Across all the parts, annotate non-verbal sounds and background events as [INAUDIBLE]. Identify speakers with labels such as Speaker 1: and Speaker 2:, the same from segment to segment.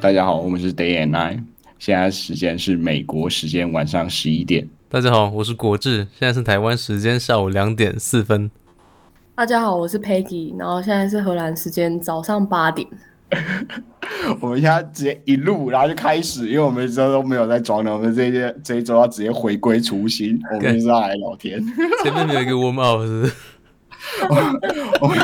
Speaker 1: 大家好，我们是 Day and Night，现在时间是美国时间晚上十一点。
Speaker 2: 大家好，我是国志，现在是台湾时间下午两点四
Speaker 3: [LAUGHS]
Speaker 2: 分。
Speaker 3: 大家好，我是 Peggy，然后现在是荷兰时间早上八点。
Speaker 1: [LAUGHS] 我们现在直接一路，然后就开始，因为我们这周都没有在装的，我们这些这一周要直接回归初心，我们就是要来聊 [LAUGHS] 天。
Speaker 2: 前面没有一个 warm up 是不是？
Speaker 1: 我们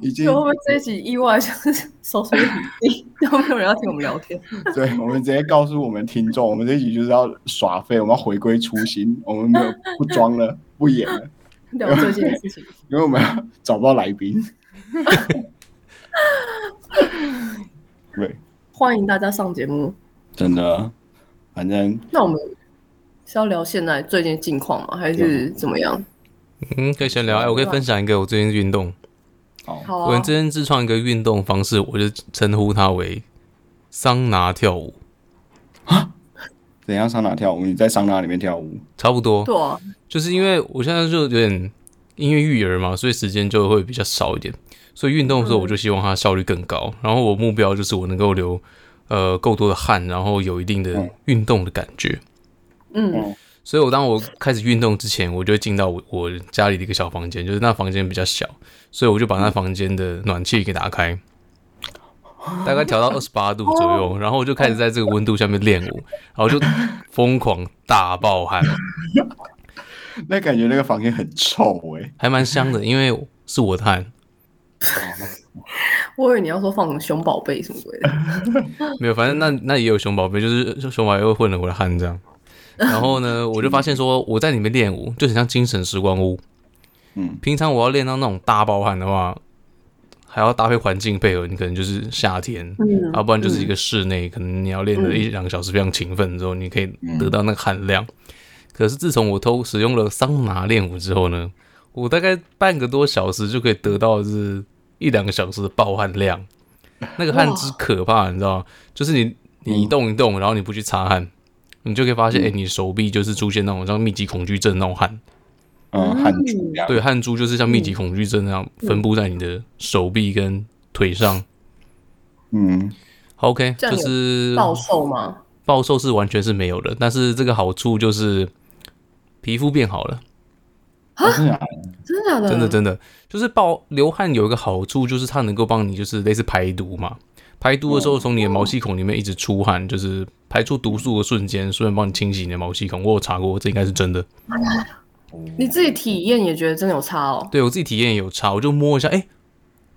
Speaker 1: 已经
Speaker 3: 就会不会这一集意外就是收视率很低，然后没有人要听我们聊 [LAUGHS] 天？
Speaker 1: 对，我们直接告诉我们听众，我们这一集就是要耍废，我们要回归初心，我们没有不装了， [LAUGHS] 不演了，
Speaker 3: 聊这件事情，
Speaker 1: 因为我们要找不到来 [LAUGHS] 宾。对，
Speaker 3: 欢迎大家上节目。
Speaker 1: 真的，反正
Speaker 3: 那我们是要聊现在最近近况吗？还是怎么样？
Speaker 2: 嗯，可以闲聊。哎，我可以分享一个我最近运动，
Speaker 1: 好，
Speaker 3: 好
Speaker 2: 我
Speaker 3: 啊，
Speaker 2: 最近自创一个运动方式，我就称呼它为桑拿跳舞，
Speaker 1: 怎样桑拿跳舞？你在桑拿里面跳舞？ [LAUGHS]
Speaker 2: 差不多。
Speaker 3: 对啊，
Speaker 2: 就是因为我现在就有点因为育儿嘛，所以时间就会比较少一点，所以运动的
Speaker 3: 嗯
Speaker 2: 时候我就希望它效率更高。然后我目标就是我能够流呃够多的汗，然后有一定的
Speaker 1: 嗯
Speaker 2: 运动的感觉。
Speaker 3: 嗯，
Speaker 2: 所以我当我开始运动之前，我就会进到我我家里的一个小房间，就是那房间比较小，所以我就把那房间的暖气给打开，大概调到二十八度左右，然后我就开始在这个温度下面练舞，然后就疯狂大爆汗，
Speaker 1: 那感觉那个房间很臭哎、
Speaker 2: 还蛮香的，因为是我的汗，
Speaker 3: 嗯我以为你要说放熊宝贝什么鬼的，
Speaker 2: [LAUGHS] 没有，反正那那也有熊宝贝，就是熊宝贝会混了我的汗这样。然后呢，我就发现说我在里面练舞就很像精神时光屋，
Speaker 1: 嗯，
Speaker 2: 平常我要练到那种大爆汗的话，还要搭配环境配合，你可能就是夏天，
Speaker 3: 嗯
Speaker 2: 要不然就是一个室内，可能你要练了一两个小时，非常勤奋之后，你可以得到那个汗量。可是自从我偷使用了桑拿练舞之后呢，我大概半个多小时就可以得到是一两个小时的爆汗量，那个汗之可怕，你知道吗？就是你你一动一动，然后你不去擦汗，你就可以发现，哎、你手臂就是出现那种像密集恐惧症那种汗，
Speaker 1: 嗯，汗珠这样。
Speaker 2: 对，啊汗珠就是像
Speaker 3: 嗯
Speaker 2: 密集恐惧症那样分布在你的手臂跟腿上。
Speaker 1: 嗯，
Speaker 2: 好 OK，
Speaker 3: 这样
Speaker 2: 就
Speaker 3: 有
Speaker 2: 是
Speaker 3: 暴瘦吗？
Speaker 2: 暴瘦是完全是没有的，但是这个好处就是皮肤变好了，
Speaker 3: 啊
Speaker 1: 哦真的假的
Speaker 3: 真的假的？
Speaker 1: 嗯
Speaker 2: 真的真的，就是暴流汗有一个好处就是它能够帮你就是类似排毒嘛，排毒的时候
Speaker 1: 哦
Speaker 2: 从你的毛细孔里面一直出汗，就是排出毒素的瞬间，顺便帮你清洗你的毛细孔。我有查过，这应该是真的。
Speaker 3: 你自己体验也觉得真的有差哦。 [LAUGHS]
Speaker 2: 对我自己体验也有差，我就摸一下，哎、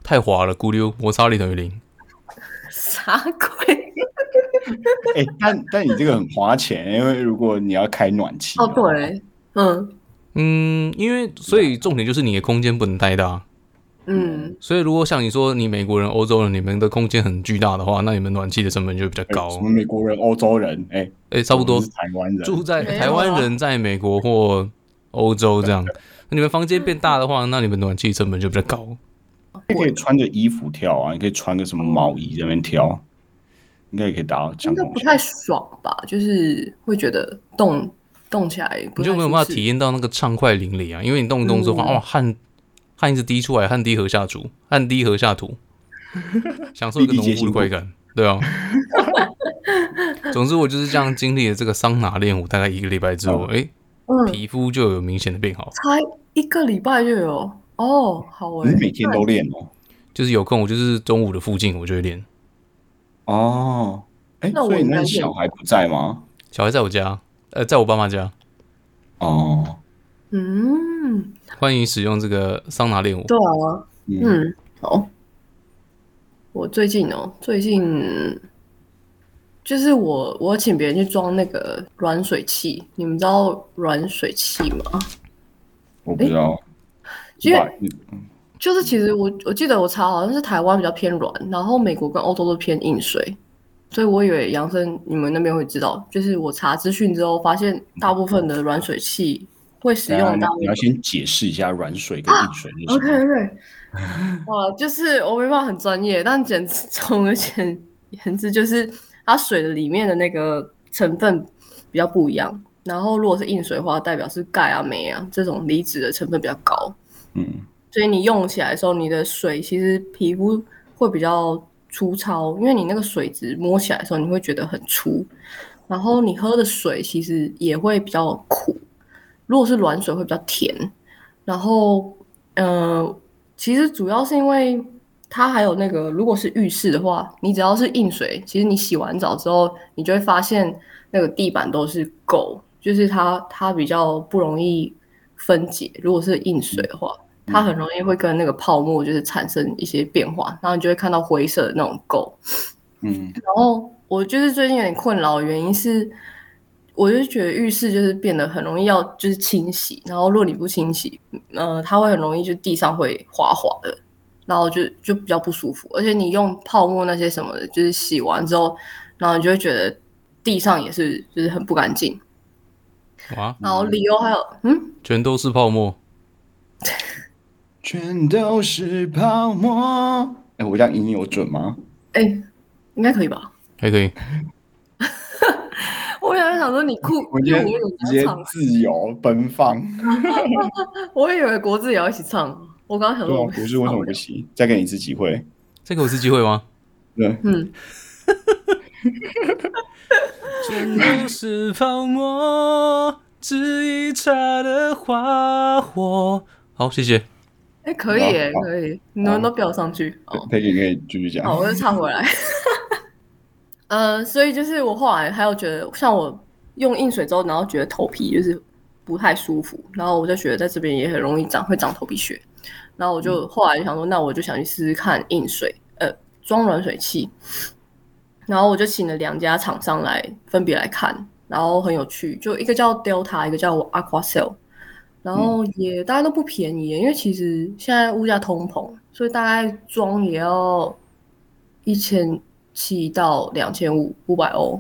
Speaker 2: 太滑了，咕溜，摩擦力等于零。
Speaker 3: 啥鬼？
Speaker 1: 哎、但但你这个很花钱，因为如果你要开暖气
Speaker 3: 哦，对，嗯
Speaker 2: 嗯，因为所以重点就是你的空间不能太大。
Speaker 3: 嗯，
Speaker 2: 所以如果像你说你美国人、欧洲人，你们的空间很巨大的话，那你们暖气的成本就会比较
Speaker 1: 哎
Speaker 2: 高
Speaker 1: 什。么美国人、欧洲人，哎、
Speaker 2: 哎、差不
Speaker 1: 我
Speaker 2: 多
Speaker 1: 们是台湾人，
Speaker 2: 住在
Speaker 3: 没有啊
Speaker 2: 台湾人在美国或欧洲
Speaker 1: [LAUGHS]
Speaker 2: 这样，那你们房间变大的
Speaker 3: 嗯
Speaker 2: 话，那你们暖气成本就比较高。
Speaker 1: 你可以穿着衣服跳啊，你可以穿个什
Speaker 3: 嗯
Speaker 1: 么毛衣在那边跳，应该也可以达到
Speaker 3: 应
Speaker 1: 相
Speaker 3: 该
Speaker 1: 同
Speaker 3: 不
Speaker 1: 效
Speaker 3: 太爽吧？就是会觉得动动起来不
Speaker 2: 你
Speaker 3: 太
Speaker 2: 就没有办法
Speaker 3: 舒适嗯
Speaker 2: 体验到那个畅快淋漓啊，因为你动一动之后发现，哇，汗汗一直滴出来，汗滴禾下土，汗滴禾下
Speaker 3: [LAUGHS]
Speaker 2: 土，享受一个
Speaker 1: 滴滴皆
Speaker 2: 农夫
Speaker 1: 辛
Speaker 2: 的
Speaker 1: 苦
Speaker 2: 快感，对啊。总之，我就是这样经历了这个桑拿练舞，大概一个礼拜之后，哎、
Speaker 3: 嗯，
Speaker 2: 皮肤就有明显的变好。
Speaker 3: 才一个礼拜就有哦，好
Speaker 1: 果。
Speaker 3: 哎、
Speaker 1: 你每天都练哦。
Speaker 2: 就是有空，我就是中午的附近我就会练。
Speaker 1: 哦，哎、
Speaker 3: 那我
Speaker 1: 所以
Speaker 3: 应该
Speaker 1: 那
Speaker 3: 练
Speaker 1: 小孩不在吗？
Speaker 2: 小孩在我家，呃，在我爸妈家。
Speaker 1: 哦，
Speaker 3: 嗯，
Speaker 2: 欢迎使用这个桑拿练舞。
Speaker 3: 对啊，
Speaker 1: 嗯，
Speaker 3: 嗯，好。我最近哦，最近就是我我请别人去装那个软水器，你们知道软水器吗？
Speaker 1: 我不知道，
Speaker 3: 因为
Speaker 1: 哇嗯
Speaker 3: 就是其实我我记得我查好像是台湾比较偏软，然后美国跟欧洲都偏硬水，所以我以为杨生你们那边会知道，就是我查资讯之后发现大部分的软水器会使用
Speaker 1: 等一
Speaker 3: 的大
Speaker 1: 下啊
Speaker 3: 部
Speaker 1: 你
Speaker 3: 分
Speaker 1: 要先解释一下软水跟硬水是什
Speaker 3: 啊 OK
Speaker 1: 么。
Speaker 3: OK，哇，就是我没办法很专业，但简 [LAUGHS] 总而简言之就是它水的里面的那个成分比较不一样。然后如果是硬水的话，代表是钙啊、镁啊这种离子的成分比较高，
Speaker 1: 嗯
Speaker 3: 所以你用起来的时候，你的水其实皮肤会比较粗糙，因为你那个水质摸起来的时候，你会觉得很粗，然后你喝的水其实也会比较苦。如果是软水会比较甜，然后呃，其实主要是因为它还有那个，如果是浴室的话，你只要是硬水，其实你洗完澡之后，你就会发现那个地板都是垢，就是它它比较不容易分解。如果是硬水的话，它很容易会跟那个泡沫就是产生一些变化，然后你就会看到灰色的那种垢。
Speaker 1: 嗯
Speaker 3: 然后我就是最近有点困扰，的原因是，我就觉得浴室就是变得很容易要就是清洗，然后如果你不清洗，呃，它会很容易就地上会滑滑的，然后就就比较不舒服，而且你用泡沫那些什么的，就是洗完之后，然后你就会觉得地上也是就是很不干净，
Speaker 2: 哇，
Speaker 3: 然后理由还有嗯。
Speaker 2: 全都是泡沫，
Speaker 1: 全都是泡沫。哎、我这样音有准吗？
Speaker 3: 哎、应该可以吧？
Speaker 2: 还可以。
Speaker 3: [LAUGHS] 我原来想说你酷，
Speaker 1: 我
Speaker 3: 因
Speaker 1: 觉
Speaker 3: 为
Speaker 1: 得
Speaker 3: 我有
Speaker 1: 直
Speaker 3: 在
Speaker 1: 接
Speaker 3: 唱，
Speaker 1: 自由奔放。
Speaker 3: 我也以为国字也要一起唱。我刚刚想
Speaker 1: 对
Speaker 3: 说
Speaker 1: 啊
Speaker 3: 我，们
Speaker 1: 不是为什
Speaker 3: 唱
Speaker 1: 么
Speaker 3: 了
Speaker 1: 不行？再给你一次机会。
Speaker 2: 再给我一次机会吗？
Speaker 1: 对，
Speaker 3: 嗯，
Speaker 2: 全都是泡沫，只一刹的花火。好，谢谢。
Speaker 3: 哎、可以耶，
Speaker 1: 好啊
Speaker 3: 可以，你们都不要上去。哦，
Speaker 1: 佩奇可以继续
Speaker 3: 好，
Speaker 1: 讲。
Speaker 3: 我就插回来。 [LAUGHS] 呃，所以就是我后来还有觉得，像我用硬水之后，然后觉得头皮就是不太舒服，然后我就觉得在这边也很容易长，会长头皮屑。然后我
Speaker 1: 嗯
Speaker 3: 就后来就想说，那我就想去试试看硬水，呃，装软水器。然后我就请了两家厂商来分别来看，然后很有趣，就一个叫 Delta，一个叫 Aquacell，然后也大家都不便宜耶，因为其实现在物价通膨，所以大概装也要一千七到两千五五百欧，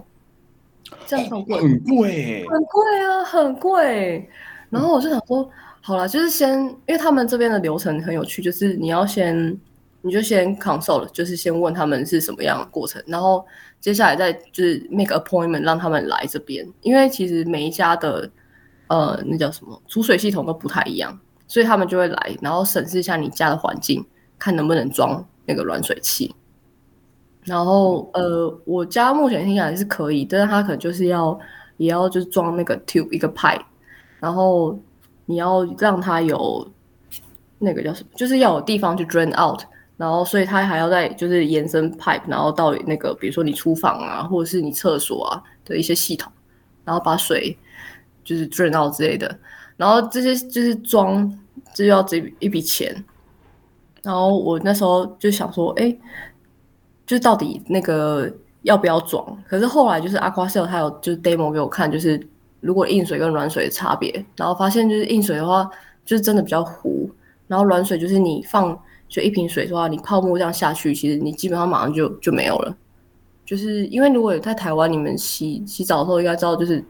Speaker 3: 这样很贵吗
Speaker 1: 很贵、欸，
Speaker 3: 很贵啊，很贵。然后我就想说，好啦，就是先，因为他们这边的流程很有趣，就是你要先，你就先 consult，就是先问他们是什么样的过程，然后接下来再就是 make appointment 让他们来这边，因为其实每一家的呃那叫什么储水系统都不太一样，所以他们就会来，然后审视一下你家的环境，看能不能装那个软水器。然后呃，我家目前听起来是可以，但是它可能就是要也要就是装那个 tube 一个派，然后你要让它有那个叫什么，就是要有地方去 drain out，然后所以它还要再就是延伸 pipe，然后到那个比如说你厨房啊，或者是你厕所啊的一些系统，然后把水就是 drain out 之类的，然后这些就是装就要这一笔钱，然后我那时候就想说，哎、就是到底那个要不要装？可是后来就是 Aquacell 它有就是 demo 给我看，就是如果硬水跟软水的差别，然后发现就是硬水的话，就是真的比较糊，然后软水就是你放就一瓶水的话，你泡沫这样下去，其实你基本上马上就就没有了。就是因为如果有在台湾，你们洗洗澡的时候应该知道，就是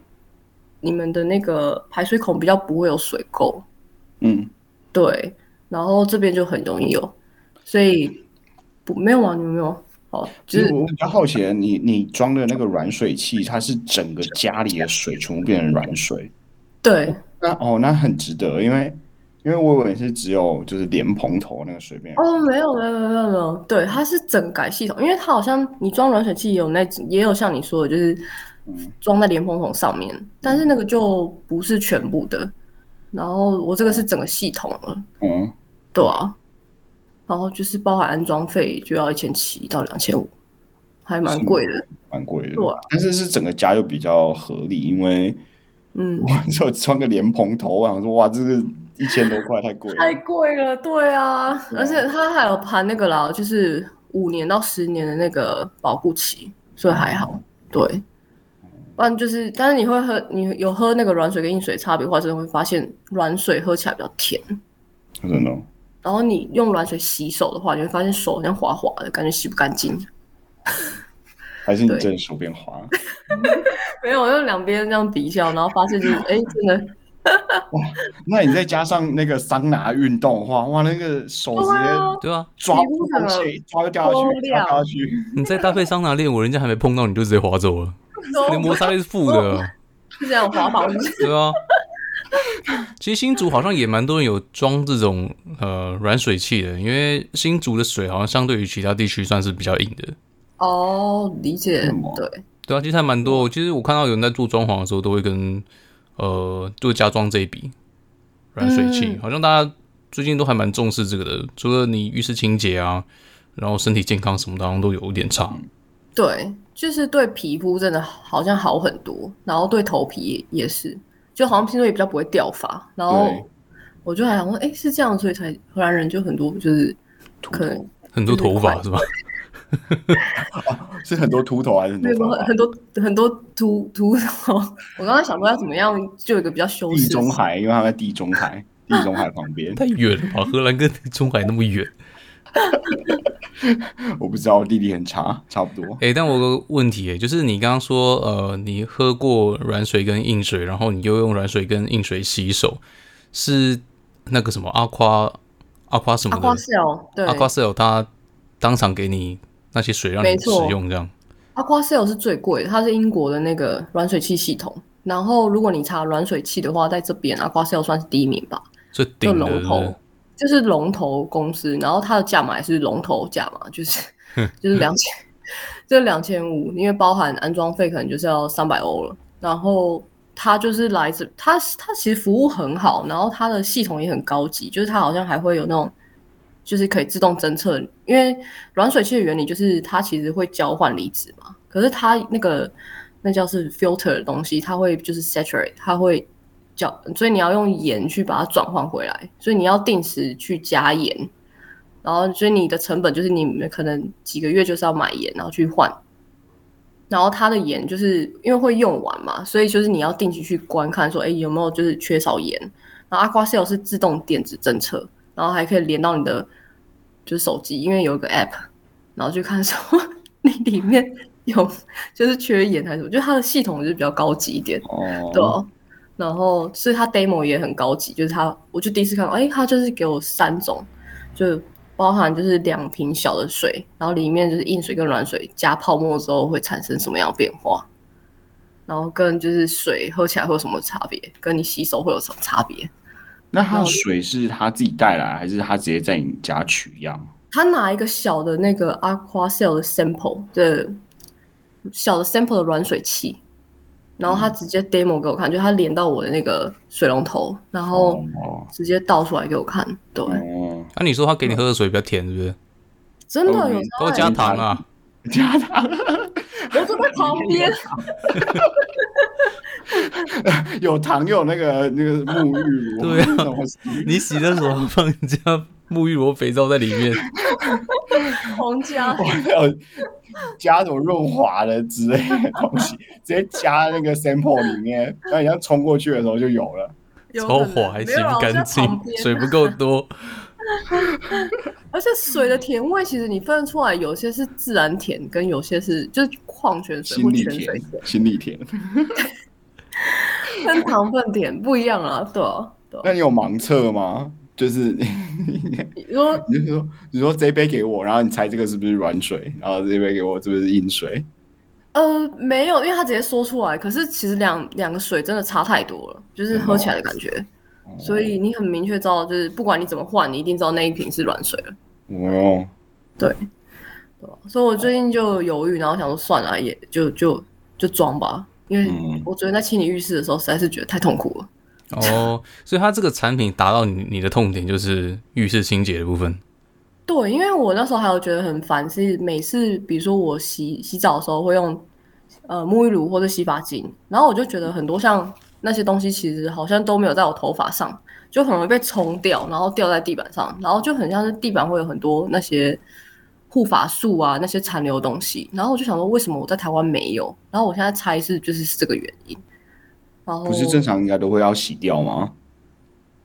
Speaker 3: 你们的那个排水孔比较不会有水垢，
Speaker 1: 嗯，
Speaker 3: 对，然后这边就很容易有，所以不没有啊，你们没有，好，
Speaker 1: 其
Speaker 3: 就是
Speaker 1: 实我比较好奇的，你你装的那个软水器，它是整个家里的水全部变成软水？
Speaker 3: 对，
Speaker 1: 那哦，那很值得，因为因为我以为是只有就是莲蓬头那个水变成
Speaker 3: 哦，没有没有没有没有，对，它是整改系统，因为它好像你装软水器也有那也有像你说的，就是装在连蓬桶上面，但是那个就不是全部的，然后我这个是整个系统了，
Speaker 1: 嗯，
Speaker 3: 对啊，然后就是包含安装费就要一千七到两千五，还蛮贵的，
Speaker 1: 蛮贵的
Speaker 3: 对啊。
Speaker 1: 但是是整个家就比较合理，因为 [LAUGHS]
Speaker 3: 嗯，
Speaker 1: 我就装个莲蓬头，我想说哇，这个一千多块太贵了。
Speaker 3: 太贵了，对啊，而且它还有盘那个啦，就是五年到十年的那个保护期，所以还好。对，不然就是，但是你会喝，你有喝那个软水跟硬水差别的话，真的会发现软水喝起来比较甜，
Speaker 1: 真的哦，
Speaker 3: 然后你用软水洗手的话，你会发现手好像滑滑的，感觉洗不干净。 [LAUGHS]
Speaker 1: 还是你
Speaker 3: 对
Speaker 1: 真的手变滑？
Speaker 3: 没有，用两边这样比一下，然后发现就是，哎，真的
Speaker 1: 那你再加上那个桑拿运动的话，哇，那个手直接
Speaker 3: 哇，
Speaker 2: 对啊，
Speaker 1: 抓
Speaker 3: 你不
Speaker 1: 不
Speaker 3: 可能
Speaker 1: 上去，抓就掉下
Speaker 3: 偷
Speaker 1: 去，
Speaker 3: 料
Speaker 1: 抓掉下去。
Speaker 2: 你再搭配桑拿练舞，人家还没碰到你就直接滑走了，
Speaker 3: 都
Speaker 2: 那摩擦力是负的，
Speaker 3: 是这样滑法，我们
Speaker 2: 对啊，其实新竹好像也蛮多人有装这种呃软水器的，因为新竹的水好像相对于其他地区算是比较硬的。
Speaker 3: 哦，理解，对，
Speaker 2: 对啊，其实还蛮
Speaker 3: 嗯
Speaker 2: 多。其实我看到有人在做装潢的时候，都会跟呃就加装这一笔软水器，
Speaker 3: 嗯
Speaker 2: 好像大家最近都还蛮重视这个的。除了你浴室清洁啊，然后身体健康什么的，好像都有一点差。
Speaker 3: 对，就是对皮肤真的好像好很多，然后对头皮也是，就好像听说也比较不会掉发。然后
Speaker 1: 对
Speaker 3: 我就还想说，哎，是这样，所以才荷兰人就很多就是可能
Speaker 2: 很多头发是吧？
Speaker 1: 是很多秃头还是很
Speaker 3: 对
Speaker 1: 多头发
Speaker 3: 很多很多秃秃头。 [LAUGHS] 我刚刚想说要怎么样，就有一个比较修
Speaker 1: 地
Speaker 3: 饰。
Speaker 1: 中海，因为他在地中海，地中海旁边，
Speaker 2: 太远了
Speaker 3: [LAUGHS]
Speaker 2: 吧？荷兰跟中海那么远。
Speaker 1: 我不知道，我地理很差，差不多。
Speaker 2: 诶，哎但我有个问题、诶，就是你刚刚说，呃，你喝过软水跟硬水，然后你又用软水跟硬水洗手，是那个什么阿夸阿夸什么
Speaker 3: 阿夸
Speaker 2: 的
Speaker 3: 是哦，对，
Speaker 2: 阿夸 s e l 他当场给你那些水让你
Speaker 3: 没
Speaker 2: 使
Speaker 3: 错
Speaker 2: 用，这样
Speaker 3: Aquacel 是最贵的，它是英国的那个软水器系统。然后如果你查软水器的话，在这边 Aquacel 算是第一名吧，
Speaker 2: 最
Speaker 3: 就
Speaker 2: 顶的
Speaker 3: 龙
Speaker 2: 是不是
Speaker 3: 头，就是龙头公司。然后它的价码也是龙头价嘛，就是
Speaker 2: [LAUGHS]
Speaker 3: 就是两千，就是两千五，因为包含安装费可能就是要三百欧了。然后它就是来自它它其实服务很好，然后它的系统也很高级，就是它好像还会有那种。就是可以自动侦测，因为软水器的原理就是它其实会交换离子嘛，可是它那个那叫是 filter 的东西，它会就是 saturate，它会叫，所以你要用盐去把它转换回来，所以你要定时去加盐，然后所以你的成本就是你们可能几个月就是要买盐，然后去换，然后它的盐就是因为会用完嘛，所以就是你要定期去观看说，哎有没有就是缺少盐，然后 Aquacell 是自动电子侦测，然后还可以连到你的就是手机，因为有一个 app，然后去看说 [LAUGHS] 你里面有就是缺盐还是什么，就它的系统就是比较高级一点。对
Speaker 1: 哦，
Speaker 3: 哦，然后所以它 demo 也很高级，就是它，我就第一次看到，哎，它就是给我三种，就包含就是两瓶小的水，然后里面就是硬水跟软水加泡沫之后会产生什么样的变化，然后跟就是水喝起来会有什么差别，跟你洗手会有什么差别。
Speaker 1: 那他的水是他自己带来，还是他直接在你家取样？
Speaker 3: 他拿一个小的那个 Aquacell 的 sample 的小的 sample 的软水器，然后他直
Speaker 1: 嗯
Speaker 3: 接 demo 给我看，就他连到我的那个水龙头，然后
Speaker 1: 哦
Speaker 3: 直接倒出来给我看。对，
Speaker 1: 哦，
Speaker 2: 啊，你说他给你喝的水比较甜，是不
Speaker 3: 哦
Speaker 2: 是？
Speaker 3: 真的有
Speaker 1: 嗯
Speaker 2: 都
Speaker 3: 差
Speaker 2: 加
Speaker 3: 欸
Speaker 2: 糖啊？
Speaker 1: 加糖，
Speaker 3: 我坐在旁
Speaker 2: [LAUGHS]
Speaker 3: 边，
Speaker 1: 有糖又有那个那个沐浴乳，
Speaker 2: 对啊
Speaker 1: 那种东西
Speaker 2: 你洗的时候放加沐浴乳肥皂在里面，
Speaker 3: 皇家
Speaker 1: 我没有加什么润滑的之类的东西，直接加那个 sample 里面，然后你要冲过去的时候就有了。
Speaker 3: [LAUGHS] 有
Speaker 2: 超
Speaker 3: 可能
Speaker 2: 滑，洗
Speaker 3: 没有啦
Speaker 2: 不
Speaker 3: 我在
Speaker 2: 干净
Speaker 3: 旁，边
Speaker 2: [LAUGHS] 水不够多。
Speaker 3: 而且水的甜味其实你分得出来，有些是自然甜，跟有些是就是矿泉水
Speaker 1: 心
Speaker 3: 或
Speaker 1: 里
Speaker 3: 泉水
Speaker 1: 甜，心里甜。
Speaker 3: 跟糖分甜不一样啊，对啊，对啊。
Speaker 1: 那你有盲测吗？就是你
Speaker 3: 你说
Speaker 1: 你就说你说这一杯给我，然后你猜这个是不是软水，然后这一杯给我是不是硬水？
Speaker 3: 呃，没有，因为他直接说出来。可是其实两两个水真的差太多了，就是喝起来的感觉。
Speaker 1: 哦
Speaker 3: 所以你很明确知道，就是不管你怎么换，你一定知道那一瓶是软水了，
Speaker 1: 哦，
Speaker 3: 对吧？所以我最近就犹豫，然后想说算了，也就就就装吧，因为
Speaker 1: 嗯
Speaker 3: 我昨天在清理浴室的时候，实在是觉得太痛苦了。
Speaker 2: 哦，所以它这个产品达到你你的痛点就是浴室清洁的部分。
Speaker 3: 对，因为我那时候还有觉得很烦，是每次比如说我洗洗澡的时候会用呃沐浴乳或者洗发精，然后我就觉得很多像那些东西其实好像都没有在我头发上，就很容易被冲掉，然后掉在地板上，然后就很像是地板会有很多那些护发素啊那些残留的东西，然后我就想说为什么我在台湾没有，然后我现在猜是就是这个原因，然后
Speaker 1: 不是正常应该都会要洗掉吗？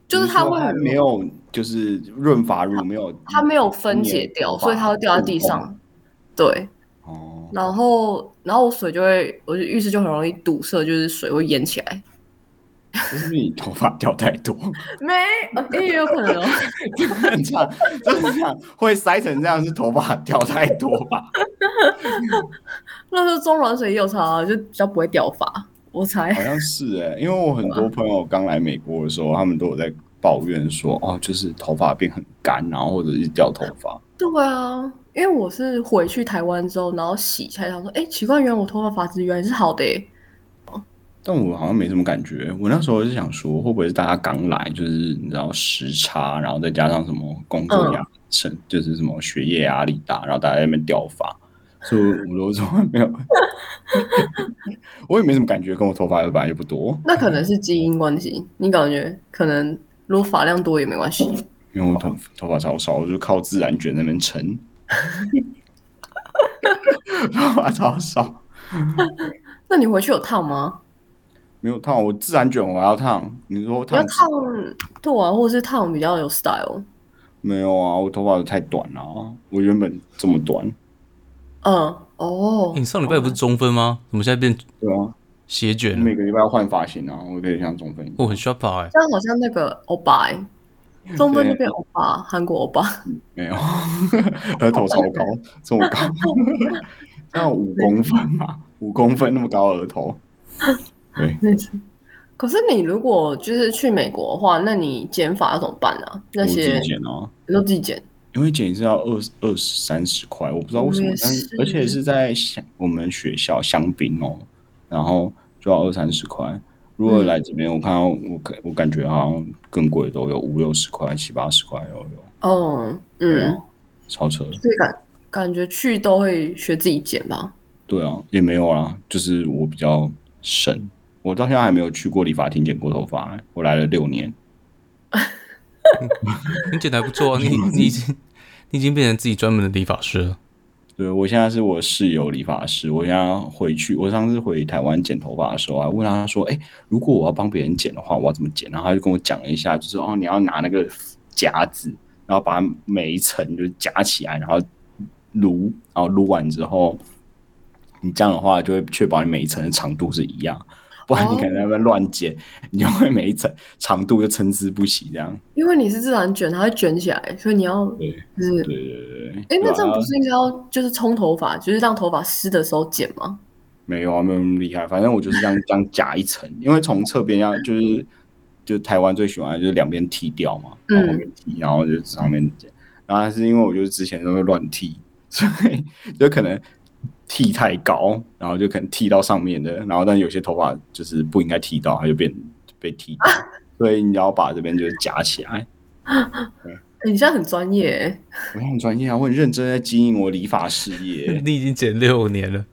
Speaker 3: 就是
Speaker 1: 你
Speaker 3: 它
Speaker 1: 说
Speaker 3: 会
Speaker 1: 它
Speaker 3: 很
Speaker 1: 没有，就是润发乳没有，
Speaker 3: 它没有分解掉，所以它会掉在地上，对。
Speaker 1: 哦。
Speaker 3: 然后，然后我水就会，我就浴室就很容易堵塞，就是水会淹起来。
Speaker 1: [LAUGHS] 就是因为你头发掉太多，
Speaker 3: 没，呃也有可 [LAUGHS] 能哦。
Speaker 1: 很长，就是这样会塞成这样，是头发掉太多吧？
Speaker 3: 那时候中软水也有差啊，就比较不会掉发。我猜
Speaker 1: 好像是哎、因为我很多朋友刚来美国的时候，他们都有在抱怨说，哦，就是头发变很干，然后或者是掉头发。
Speaker 3: [LAUGHS] 对啊，因为我是回去台湾之后，然后洗才想说，哎、奇怪，原来我头发发质原来是好的、欸。
Speaker 1: 但我好像没什么感觉。我那时候是想说，会不会是大家刚来，就是你知道时差，然后再加上什么工作压力、
Speaker 3: 嗯
Speaker 1: 生、就是什么学业压力大，然后大家在那边掉发，所以我都从来没有， [LAUGHS] 我也没什么感觉，跟我头发本来也不多，
Speaker 3: 那可能是基因关系，你感觉可能如果发量多也没关系。
Speaker 1: 因为我头头发超少，我就靠自然卷在那边撑， [LAUGHS] 头发超少，
Speaker 3: 那你回去有烫吗？
Speaker 1: 没有烫，我自然卷我还要烫，你说
Speaker 3: 你要
Speaker 1: 烫几
Speaker 3: 烫对啊，或者是烫比较有 style。
Speaker 1: 没有啊？我头发太短了、我原本这么短，
Speaker 3: 嗯，哦，
Speaker 2: 你上礼拜不是中分吗？怎么现在变
Speaker 1: 对啊，
Speaker 2: 斜
Speaker 1: 我
Speaker 2: 卷了？
Speaker 1: 每个礼拜要换发型啊，我有点像中分一样。
Speaker 2: 我很 sharp 哎、
Speaker 3: 这样好像那个欧巴、欸，中分就
Speaker 1: 嗯对
Speaker 3: 变欧巴，韩国欧巴。 [LAUGHS]
Speaker 1: 没有， [LAUGHS] 额头超高，这么高，要五公分嘛，五公分那么高额头。对，
Speaker 3: 可是你如果就是去美国的话，那你剪发要怎么办啊？那
Speaker 1: 我自
Speaker 3: 些
Speaker 1: 己剪啊，
Speaker 3: 你都自己剪，
Speaker 1: 因为剪是要二二十三十块，我不知道为什么
Speaker 3: 我也，
Speaker 1: 但
Speaker 3: 是
Speaker 1: 而且是在香我们学校香槟哦，然后就要二三十块。如果来这边，我看到我感我感觉好像更贵，都有五六十块、七八十块都有，
Speaker 3: 哦，
Speaker 1: 对啊
Speaker 3: 嗯，
Speaker 1: 超扯的。
Speaker 3: 所以感感觉去都会学自己剪吧。
Speaker 1: 对啊，也没有啊，就是我比较省，我到现在还没有去过理发厅剪过头发欸、我来了六年。
Speaker 2: 你剪的还不错啊，你你已经你已经变成自己专门的理发师了。
Speaker 1: 对，我现在是我室友理发师，我现在回去，我上次回台湾剪头发的时候啊，问他说，哎、如果我要帮别人剪的话，我要怎么剪？然后他就跟我讲了一下，就是哦，你要拿那个夹子，然后把每一层就是夹起来，然后撸，然后撸完之后，你这样的话就会确保你每一层的长度是一样，不然你可能在那边乱剪，你就会每一层长度就参差不齐这样。
Speaker 3: 因为你是自然卷，它会卷起来，所以你要
Speaker 1: 对
Speaker 3: 就是，
Speaker 1: 对对对对。
Speaker 3: 哎、那
Speaker 1: 对啊
Speaker 3: 这样不是应该要就是冲头发，就是让头发湿的时候剪吗？
Speaker 1: 没有啊，没有那么厉害。反正我就是这样 [LAUGHS] 这样夹一层，因为从侧边要就是就台湾最喜欢的就是两边剃掉嘛，然后后面剃，然后就上面剪。然后是因为我就是之前都会乱剃，所以 [LAUGHS] 就可能剃太高，然后就可能剃到上面的，然后但有些头发就是不应该剃到，它就变被剃掉，所以你要把这边就是夹起来。
Speaker 3: 诶你现在很专业、欸，
Speaker 1: 我很专业啊，我很认真在经营我理发事业。
Speaker 2: 你已经剪六年了，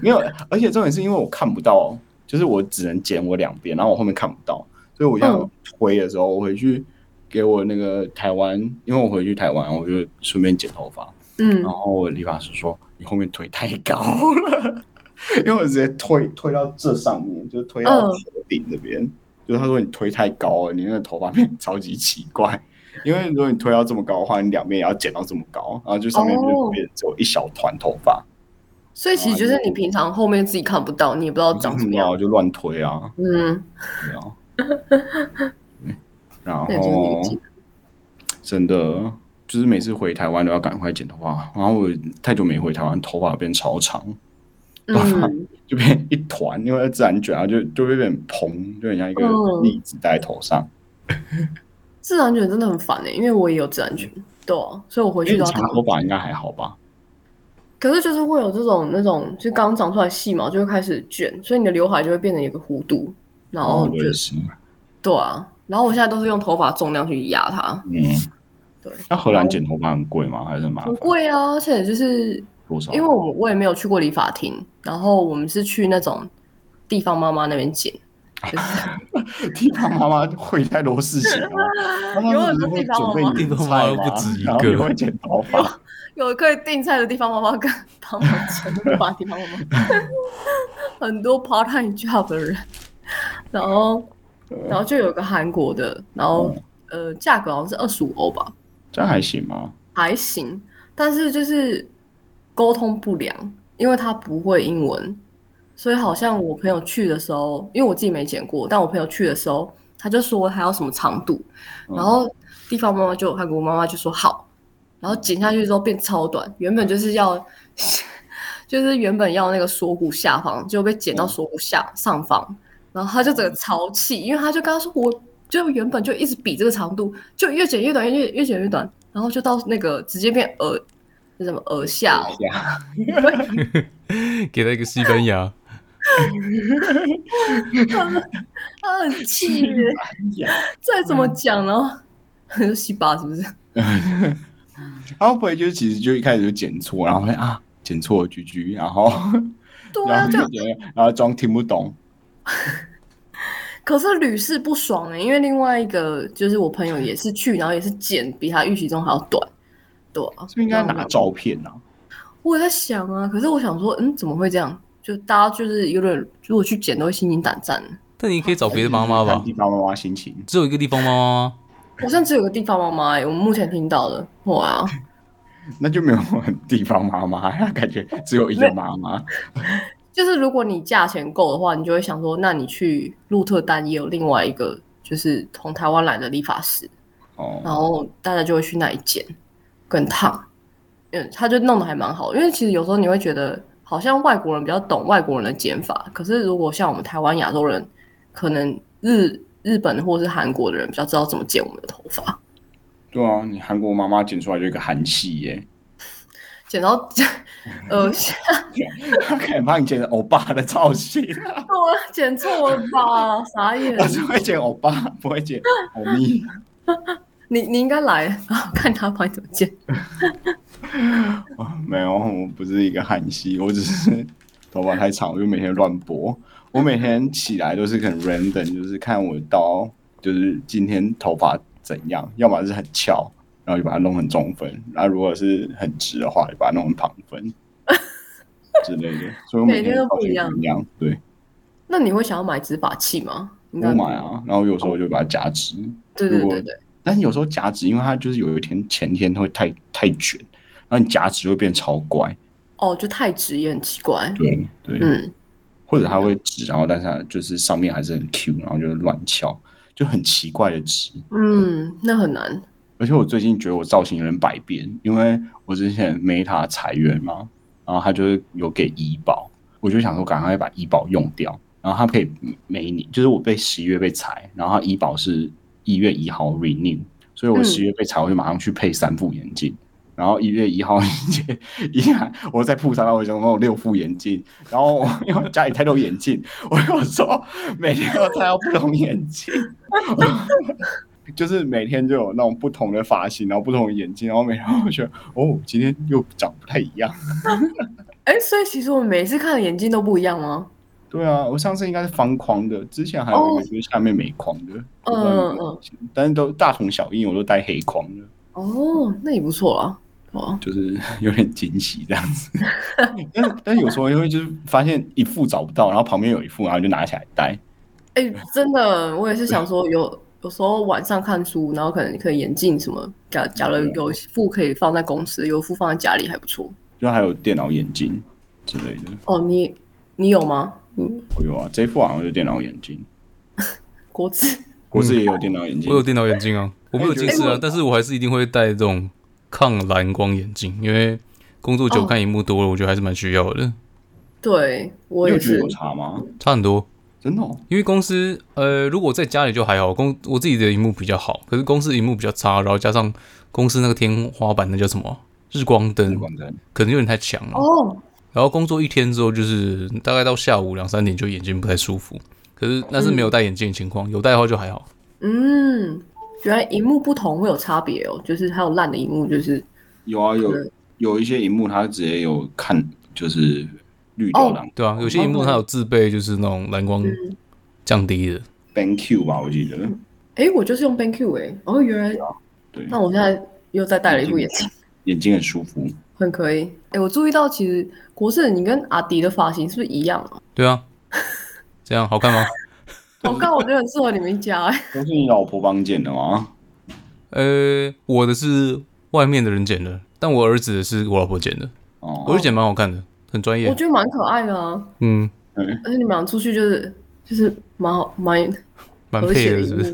Speaker 1: 没有，而且重点是因为我看不到，就是我只能剪我两边，然后我后面看不到，所以我想
Speaker 3: 嗯
Speaker 1: 推的时候，我回去给我那个台湾，因为我回去台湾，我就顺便剪头发，
Speaker 3: 嗯
Speaker 1: 然，后我理发师说你后面推太高了， [LAUGHS] 因为我直接推推到这上面，就是推到
Speaker 3: 嗯
Speaker 1: 头顶这边，就是他说你推太高了，你那个头发变得超级奇怪。因为如果你推到这么高的话，你两边也要剪到这么高，然后就上面就
Speaker 3: 哦
Speaker 1: 变只有一小团头发，
Speaker 3: 所以其实
Speaker 1: 哦
Speaker 3: 就是你平常后面自己看不到，你也不知道长什
Speaker 1: [LAUGHS]
Speaker 3: 么
Speaker 1: 然
Speaker 3: 样
Speaker 1: 后，就乱推啊。
Speaker 3: 嗯，
Speaker 1: 没
Speaker 3: [LAUGHS]
Speaker 1: 有。然
Speaker 3: 那也就是
Speaker 1: 后
Speaker 3: 年纪，
Speaker 1: 真的就是每次回台湾都要赶快剪头发，然后我太久没回台湾，头发变超长， [LAUGHS]
Speaker 3: 嗯，
Speaker 1: 就变一团，因为自然卷啊，就就会有点蓬，就很像一个
Speaker 3: 嗯
Speaker 1: 栗子戴在头上。
Speaker 3: 自然卷真的很烦哎、因为我也有自然卷，对啊、所以我回
Speaker 1: 嗯因为
Speaker 3: 去
Speaker 1: 你
Speaker 3: 都要
Speaker 1: 长
Speaker 3: 烫。
Speaker 1: 头发应该还好吧？
Speaker 3: 可是就是会有这种那种，就刚长出来细毛就会开始卷，所以你的刘海就会变成一个弧度，然后
Speaker 1: 哦我
Speaker 3: 就、
Speaker 1: 也是，
Speaker 3: 对啊，然后我现在都是用头发重量去压它，
Speaker 1: 嗯。
Speaker 3: 对，
Speaker 1: 那荷兰剪头发很贵吗？还是麻
Speaker 3: 很
Speaker 1: 烦？
Speaker 3: 贵啊，而且就是
Speaker 1: 多少？
Speaker 3: 因
Speaker 1: [LAUGHS]
Speaker 3: 为我们我也没有去过理发厅，然后我们是去那种地方妈妈那边
Speaker 1: [LAUGHS]
Speaker 3: 剪，就是
Speaker 1: 地方妈妈会太多事情了、啊，
Speaker 3: 有很
Speaker 1: 时
Speaker 3: 多
Speaker 1: 会
Speaker 3: 地方妈
Speaker 1: 准备野菜
Speaker 2: 地方妈
Speaker 3: 妈
Speaker 2: 妈
Speaker 1: 吗
Speaker 2: 不止一
Speaker 1: 然后
Speaker 2: 个
Speaker 1: 也会剪头发。
Speaker 3: 有可以订菜的地方妈妈跟帮忙剪头发的地方妈妈，很多 part time job 的人，然后然后就有个韩国的，然后呃价格好像是二十五欧吧，
Speaker 1: 这样还行吗？
Speaker 3: 还行，但是就是沟通不良，因为他不会英文，所以好像我朋友去的时候，因为我自己没剪过，但我朋友去的时候，他就说他要什么长度，
Speaker 1: 嗯
Speaker 3: 然后地方妈妈就 [LAUGHS] 韩国妈妈就说好，然后剪下去之后变超短，原本就是要。就是原本要那个锁骨下方，就被剪到锁骨下上方，然后他就整个潮气，因为他就跟他说，我就原本就一直比这个长度，就越剪越短，越越剪越短，然后就到那个直接变耳，那什么耳
Speaker 1: [LAUGHS]
Speaker 3: 下哦，
Speaker 2: [LAUGHS] 给他一个西班
Speaker 3: [LAUGHS]
Speaker 2: 牙，
Speaker 3: 他很气耶，再怎么讲 [LAUGHS] 呢，很西巴是不是？
Speaker 1: 他会不会就其实就一开始就剪错，然后发现啊剪错居居，然后
Speaker 3: 对
Speaker 1: 然
Speaker 3: 啊，
Speaker 1: 后
Speaker 3: 就
Speaker 1: 就觉得然后装听不懂，
Speaker 3: 可是屡试不爽哎、因为另外一个就是我朋友也是去，然后也是剪比他预期中还要短，对啊，
Speaker 1: 是不是应该
Speaker 3: 那
Speaker 1: 拿
Speaker 3: 我
Speaker 1: 照片啊？
Speaker 3: 我也在想啊，可是我想说，嗯，怎么会这样？就大家就是有点，如果去剪都会心惊胆战。
Speaker 2: 但你可以找别的妈妈吧
Speaker 1: 看，地方妈妈心情。
Speaker 2: 只有一个地方妈妈吗？
Speaker 3: 好像只有个地方妈妈哎、我们目前听到的，啊哇，
Speaker 1: 那就没有很地方妈妈， [LAUGHS] 他感觉只有一个妈妈。
Speaker 3: 就是如果你价钱够的话，你就会想说，那你去鹿特丹也有另外一个，就是从台湾来的理发师，然
Speaker 1: 哦，
Speaker 3: 后大家就会去那里剪跟烫，嗯，他就弄得还蛮好，因为其实有时候你会觉得好像外国人比较懂外国人的剪法，可是如果像我们台湾亚洲人，可能日日本或是韩国的人比较知道怎么剪我们的头发，
Speaker 1: 对啊，你韩国妈妈剪出来就一个韩系耶， [LAUGHS]
Speaker 3: 剪到呃，
Speaker 1: 他可能帮你剪成欧巴的造
Speaker 3: [LAUGHS]
Speaker 1: 型，
Speaker 3: 我剪错了吧，傻
Speaker 1: [LAUGHS]
Speaker 3: 眼
Speaker 1: 我，只会剪欧巴，不会剪欧米。
Speaker 3: 你你应该来，然后看他帮你怎么剪，
Speaker 1: 啊， [LAUGHS] 没有，我不是一个韩系，我只 [LAUGHS] 是头发太长，我就每天乱拨。我每天起来都是很 random，就是看我到就是今天头发怎样，要么是很翘，然后就把它弄成中分；然后如果是很直的话，就把它弄成旁分 [LAUGHS] 之类的。所以我
Speaker 3: 每
Speaker 1: 每
Speaker 3: 天
Speaker 1: 天
Speaker 3: 都
Speaker 1: 造
Speaker 3: 不
Speaker 1: 型
Speaker 3: 一样
Speaker 1: 不一样，对，
Speaker 3: 那你会想要买直发器吗？应
Speaker 1: 我
Speaker 3: 该
Speaker 1: 买啊，然后有时候我就把它夹直。
Speaker 3: 对对
Speaker 1: 如果
Speaker 3: 对对，
Speaker 1: 但是有时候夹直，因为它就是有一天前天会太太卷，然后你夹直会变超怪。
Speaker 3: 哦，就太直也很奇怪，
Speaker 1: 对对，
Speaker 3: 嗯。
Speaker 1: 或者它会直，然后但是它就是上面还是很 Q，然后就是乱翘，就很奇怪的直。
Speaker 3: 嗯，那很难。
Speaker 1: 而且我最近觉得我造型有点百变，因为我之前 Meta 裁员嘛，然后他就是有给医保，我就想说赶快把医保用掉，然后他可以每年，就是我被十一月被裁，然后它医保是一月一号 renew，所以我
Speaker 3: 嗯
Speaker 1: 十一月被裁，我就马上去配三副眼镜。然后一月一号一下，我在铺上，我想说我有六副眼镜，然后我 [LAUGHS] 因为家里太多眼镜，我有时候每天都戴到不同眼镜，就是每天就有那种不同的发型，然后不同的眼镜，然后每天我觉得哦，今天又长不太一样。 [LAUGHS]
Speaker 3: 哎、所以其实我们每次看的眼镜都不一样吗？
Speaker 1: 对啊，我上次应该是方框的，之前还有一个就是下面没框的，
Speaker 3: 嗯哦嗯嗯，
Speaker 1: 但是都大同小异，我都戴黑框的， [LAUGHS]
Speaker 3: 哦，那也不错啦。哦，
Speaker 1: 就是有点惊喜这样子。 [LAUGHS] 但是但是有时候因为就是发现一副找不到，然后旁边有一副，然后就拿起来戴。
Speaker 3: 哎、真的，我也是想说有，有时候晚上看书，然后可能可以眼镜什么，假假如有一副可以放在公司，有一副放在家里还不错。
Speaker 1: 就还有电脑眼镜之类的。
Speaker 3: 哦，你你有吗？嗯，
Speaker 1: 我有啊，这一副好像是电脑眼镜，
Speaker 3: 国字。
Speaker 1: 我自己也有电脑眼镜。
Speaker 2: 我有电脑眼镜啊，我没有近视
Speaker 3: 哎
Speaker 2: 啊
Speaker 3: 我，
Speaker 2: 但是我还是一定会戴这种抗蓝光眼镜，因为工作久
Speaker 3: 哦
Speaker 2: 看荧幕多了，我觉得还是蛮需要的，
Speaker 3: 对我
Speaker 1: 你有
Speaker 3: 也
Speaker 1: 觉得
Speaker 3: 是
Speaker 1: 有。差吗？
Speaker 2: 差很多。
Speaker 1: 真的、哦？
Speaker 2: 因为公司，呃，如果在家里就还好，公我自己的荧幕比较好，可是公司荧幕比较差，然后加上公司那个天花板那叫什么日光
Speaker 1: 日
Speaker 2: 灯，
Speaker 1: 光灯。
Speaker 2: 可能有点太强了。
Speaker 3: 哦，
Speaker 2: 然后工作一天之后，就是大概到下午两三点就眼睛不太舒服，可是那是没有戴眼镜的情况，有戴的话就还好。
Speaker 3: 嗯，原来荧幕不同会有差别哦，就是还有烂的荧幕，就是
Speaker 1: 有啊，有
Speaker 3: 对
Speaker 1: 有一些荧幕它直接有看，就是绿掉的
Speaker 2: 对啊，有些荧幕它有自备就是那种蓝光降低的，
Speaker 1: BenQ 吧，我记得。
Speaker 3: 哎、我就是用 BenQ 哎、哦，原来
Speaker 1: 对，
Speaker 3: 那我现在又再戴了一副眼镜，
Speaker 1: 眼睛很舒服。
Speaker 3: 很可以。哎、我注意到其实国胜，你跟阿迪的发型是不是一样啊？
Speaker 2: 对啊，这样好看吗？
Speaker 3: 我看我觉得很适合你们家、哎
Speaker 1: 都是你老婆帮剪的吗？
Speaker 2: 呃，我的是外面的人剪的，但我儿子的是我老婆剪的，我
Speaker 1: 哦
Speaker 2: 觉，得剪蛮好看的，很专
Speaker 3: 我
Speaker 2: 业。
Speaker 3: 觉得蛮可爱的啊。
Speaker 2: 嗯，
Speaker 3: 而且你们俩出去就是就是蛮好蛮
Speaker 2: 蛮
Speaker 3: 和
Speaker 2: 配
Speaker 3: 谐的
Speaker 2: 的，
Speaker 3: 一
Speaker 2: 是不
Speaker 3: 幕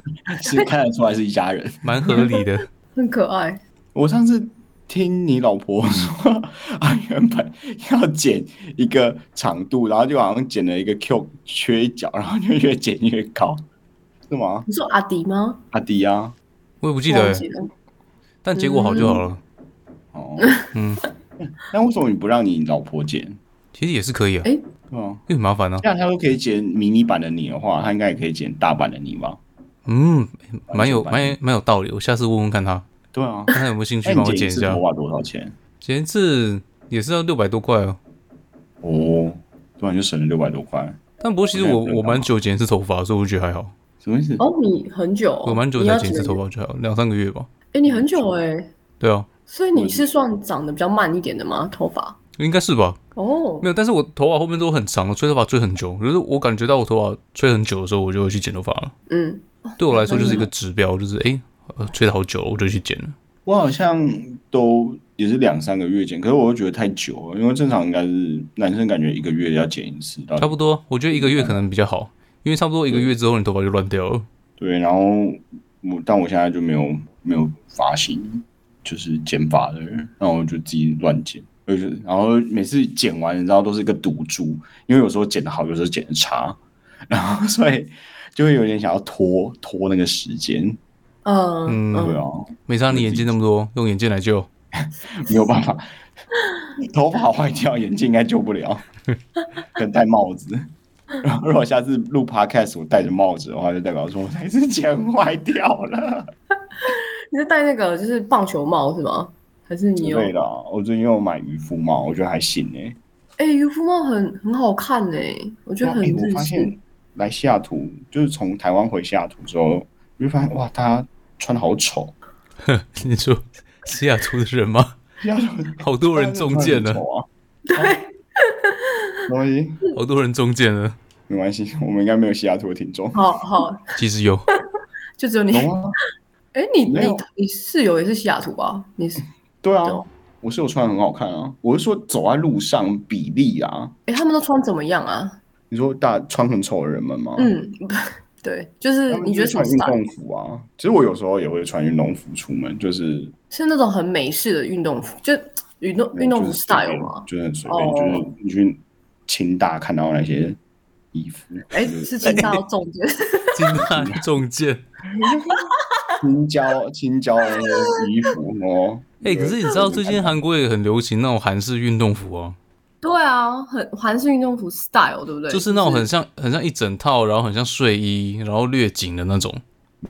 Speaker 2: 是？
Speaker 1: 是看得出来是一家人。 [LAUGHS]
Speaker 2: 蛮合理的。
Speaker 3: 很可爱。
Speaker 1: 我上次听你老婆说， [LAUGHS] 啊，原本要剪一个长度，然后就好像剪了一个 Q 缺一角，然后就越剪越高，是吗？
Speaker 3: 你说阿迪吗？
Speaker 1: 阿迪啊，
Speaker 2: 我也不记得
Speaker 3: 忘
Speaker 2: 欸，
Speaker 3: 记了
Speaker 2: 但结果好就好了。
Speaker 1: 哦，
Speaker 2: 嗯，
Speaker 1: 那为什么你不让你老婆剪？
Speaker 2: 其实也是可以啊，
Speaker 3: 哎
Speaker 1: 对啊，
Speaker 2: 因为麻烦
Speaker 1: [LAUGHS]
Speaker 2: 啊。
Speaker 1: 这样她都可以剪迷你版的你的话，她应该也可以剪大版的你吧？
Speaker 2: 嗯，蛮有
Speaker 1: 完全
Speaker 2: 蛮蛮有道理，我下次问问看他，
Speaker 1: 对啊，
Speaker 2: 看他有没有兴
Speaker 1: 哎，
Speaker 2: 趣帮我
Speaker 1: 你剪
Speaker 2: 剪一
Speaker 1: 一次
Speaker 2: 下
Speaker 1: 头。发多少钱？
Speaker 2: 剪一次也是要六百多块哦，
Speaker 1: 哦，突然就省了六百多块，
Speaker 2: 但不过其实我
Speaker 1: 那也不用
Speaker 2: 我
Speaker 1: 干嘛
Speaker 2: 蛮久剪一次头发，所以我觉得还好，
Speaker 1: 什么意思？
Speaker 3: 哦，你很久哦，
Speaker 2: 我蛮久
Speaker 3: 你
Speaker 2: 才
Speaker 3: 要
Speaker 2: 剪一次
Speaker 3: 剪
Speaker 2: 头发，我觉得还好两三个月吧。
Speaker 3: 哎、你很久哎、
Speaker 2: 对啊，
Speaker 3: 所以你是算长得比较慢一点的吗？头发？
Speaker 2: 应该是吧？
Speaker 3: 哦
Speaker 2: 没，有，但是我头发后面都很长，我吹头发吹很久，就是我感觉到我头发吹很久的时候，我就会去剪头发了。
Speaker 3: 嗯，
Speaker 2: 对我来说就是一个指标，就是哎、呃吹的好久了，我就去剪了。
Speaker 1: 我好像都也是两三个月剪，可是我又觉得太久了，因为正常应该是男生感觉一个月要剪一次，到
Speaker 2: 差不多，我觉得一个月可能比较好，因为差不多一个月之后你头发就乱掉了。
Speaker 1: 对，然后我但我现在就没有没有发型，就是剪发的人，然后我就自己乱剪，就是然后每次剪完，你知道都是一个赌注，因为有时候剪的好，有时候剪的差，然后 [LAUGHS] 所以就会有点想要拖拖那个时间，
Speaker 3: 呃，
Speaker 2: 嗯
Speaker 1: 对
Speaker 3: 嗯
Speaker 1: 啊，
Speaker 2: 没差，你眼镜那么多，用眼镜来救。
Speaker 1: 没有办法，头发坏掉，眼镜应该救不了，可能戴帽子。然后如果下次录 podcast 我戴着帽子的话，就代表说我还是剪坏掉了。
Speaker 3: 你是戴那个就是棒球帽是吗？还是你有？
Speaker 1: 对了，啊我最近又买渔夫帽，我觉得还行欸诶、
Speaker 3: 哎、渔夫帽很很好看哎、我觉得
Speaker 1: 哇
Speaker 3: 很
Speaker 1: 诶
Speaker 3: 日
Speaker 1: 啊欸我发
Speaker 3: 式
Speaker 1: 现。来西雅图，就是从台湾回西雅图之后，我就发现哇，大家穿的好丑，
Speaker 2: 你说 [LAUGHS] 西雅图的人吗？
Speaker 1: 西雅图
Speaker 2: [LAUGHS] 好多人中箭
Speaker 1: 穿 [LAUGHS] 得很，
Speaker 2: 了
Speaker 1: 丑啊。对，没关系，
Speaker 2: 好多人中箭了。
Speaker 1: 没关系，我们应该没有西雅图的听众。
Speaker 3: 好好，
Speaker 2: 其实有，
Speaker 3: 就只有你。
Speaker 1: 有吗？
Speaker 3: 哎、你
Speaker 1: 没
Speaker 3: 你
Speaker 1: 有
Speaker 3: 你室友也是西雅图吧？你是？
Speaker 1: 对
Speaker 3: 对
Speaker 1: 啊
Speaker 3: 哦，
Speaker 1: 我是有穿得很好看啊。我是说走在路上比例啊，
Speaker 3: 哎、他们都穿怎么样啊？
Speaker 1: 你说大穿很丑的人们吗？，
Speaker 3: 嗯，对，就是
Speaker 1: 哦他们
Speaker 3: 你觉得
Speaker 1: 就是
Speaker 3: 什么
Speaker 1: 穿运
Speaker 3: style？
Speaker 1: 动服啊？其实我有时候也会穿运动服出门，就是
Speaker 3: 是那种很美式的运动服，就运动运动服 style 吗？
Speaker 1: 就是很随便，
Speaker 3: 哦
Speaker 1: 就是你去清大看到那些衣服， [LAUGHS]
Speaker 3: 哎、是金大要中间。
Speaker 2: 金大中箭。
Speaker 1: 青椒青椒的那些衣服哦。
Speaker 2: [LAUGHS] 哎、可是你知道最近韩国也很流行那种韩式运动服哦、
Speaker 3: [LAUGHS] 对啊，很韩式运动服 style，对不对？
Speaker 2: 就是那种很像很像一整套，然后很像睡衣，然后略紧的那种。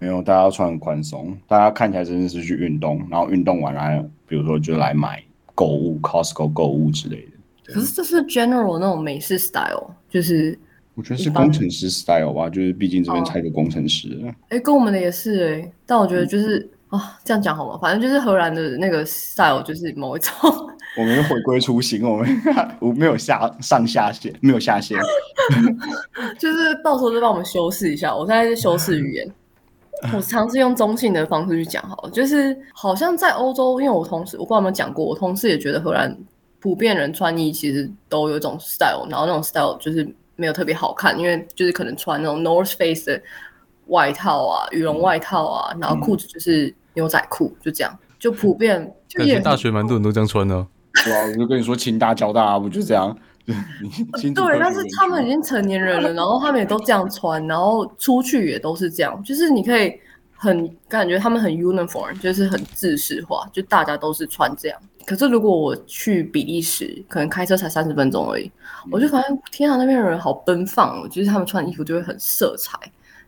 Speaker 1: 没有，大家要穿很宽松，大家看起来真的是去运动，然后运动完了还比如说就来买购物，Costco 购物之类的。
Speaker 3: 可是这是 general 那种美式 style，就是
Speaker 1: 我觉得
Speaker 3: 一
Speaker 1: 是
Speaker 3: 般
Speaker 1: 工程师 style 吧，就是毕竟这边
Speaker 3: 哦
Speaker 1: 太多工程师了。
Speaker 3: 哎、跟我们的也是哎、但我觉得就是、
Speaker 1: 嗯
Speaker 3: 啊，这样讲好吗？反正就是荷兰的那个 style，就是某一种
Speaker 1: 我们回归初心，我们 [LAUGHS] 我没有下上下线，没有下线。
Speaker 3: 就是到时候就帮我们修饰一下。我现在是修饰语言，
Speaker 2: 嗯
Speaker 3: 我尝试用中性的方式去讲好了。就是好像在欧洲，因为我同事我不知道有没有讲过，我同事也觉得荷兰普遍人穿衣其实都有一种 style，然后那种 style 就是没有特别好看，因为就是可能穿那种 North Face 的外套啊、羽绒外套啊，然后裤子就是牛仔裤，就这样，就普遍就
Speaker 2: 感
Speaker 3: 也
Speaker 2: 觉大学蛮多人都这样穿的哦、
Speaker 1: 对啊，我就跟你说，清大交大啊不就这样？ [LAUGHS] 新竹科技
Speaker 3: 呃对，但是
Speaker 1: 园区
Speaker 3: 他们已经成年人了，然后他们也都这样穿，然后出去也都是这样，就是你可以很感觉他们很 uniform，就是很制式化，就大家都是穿这样。可是如果我去比利时，可能开车才三十分钟而已，我就发现天啊，那边的人好奔放哦，就是他们穿衣服就会很色彩。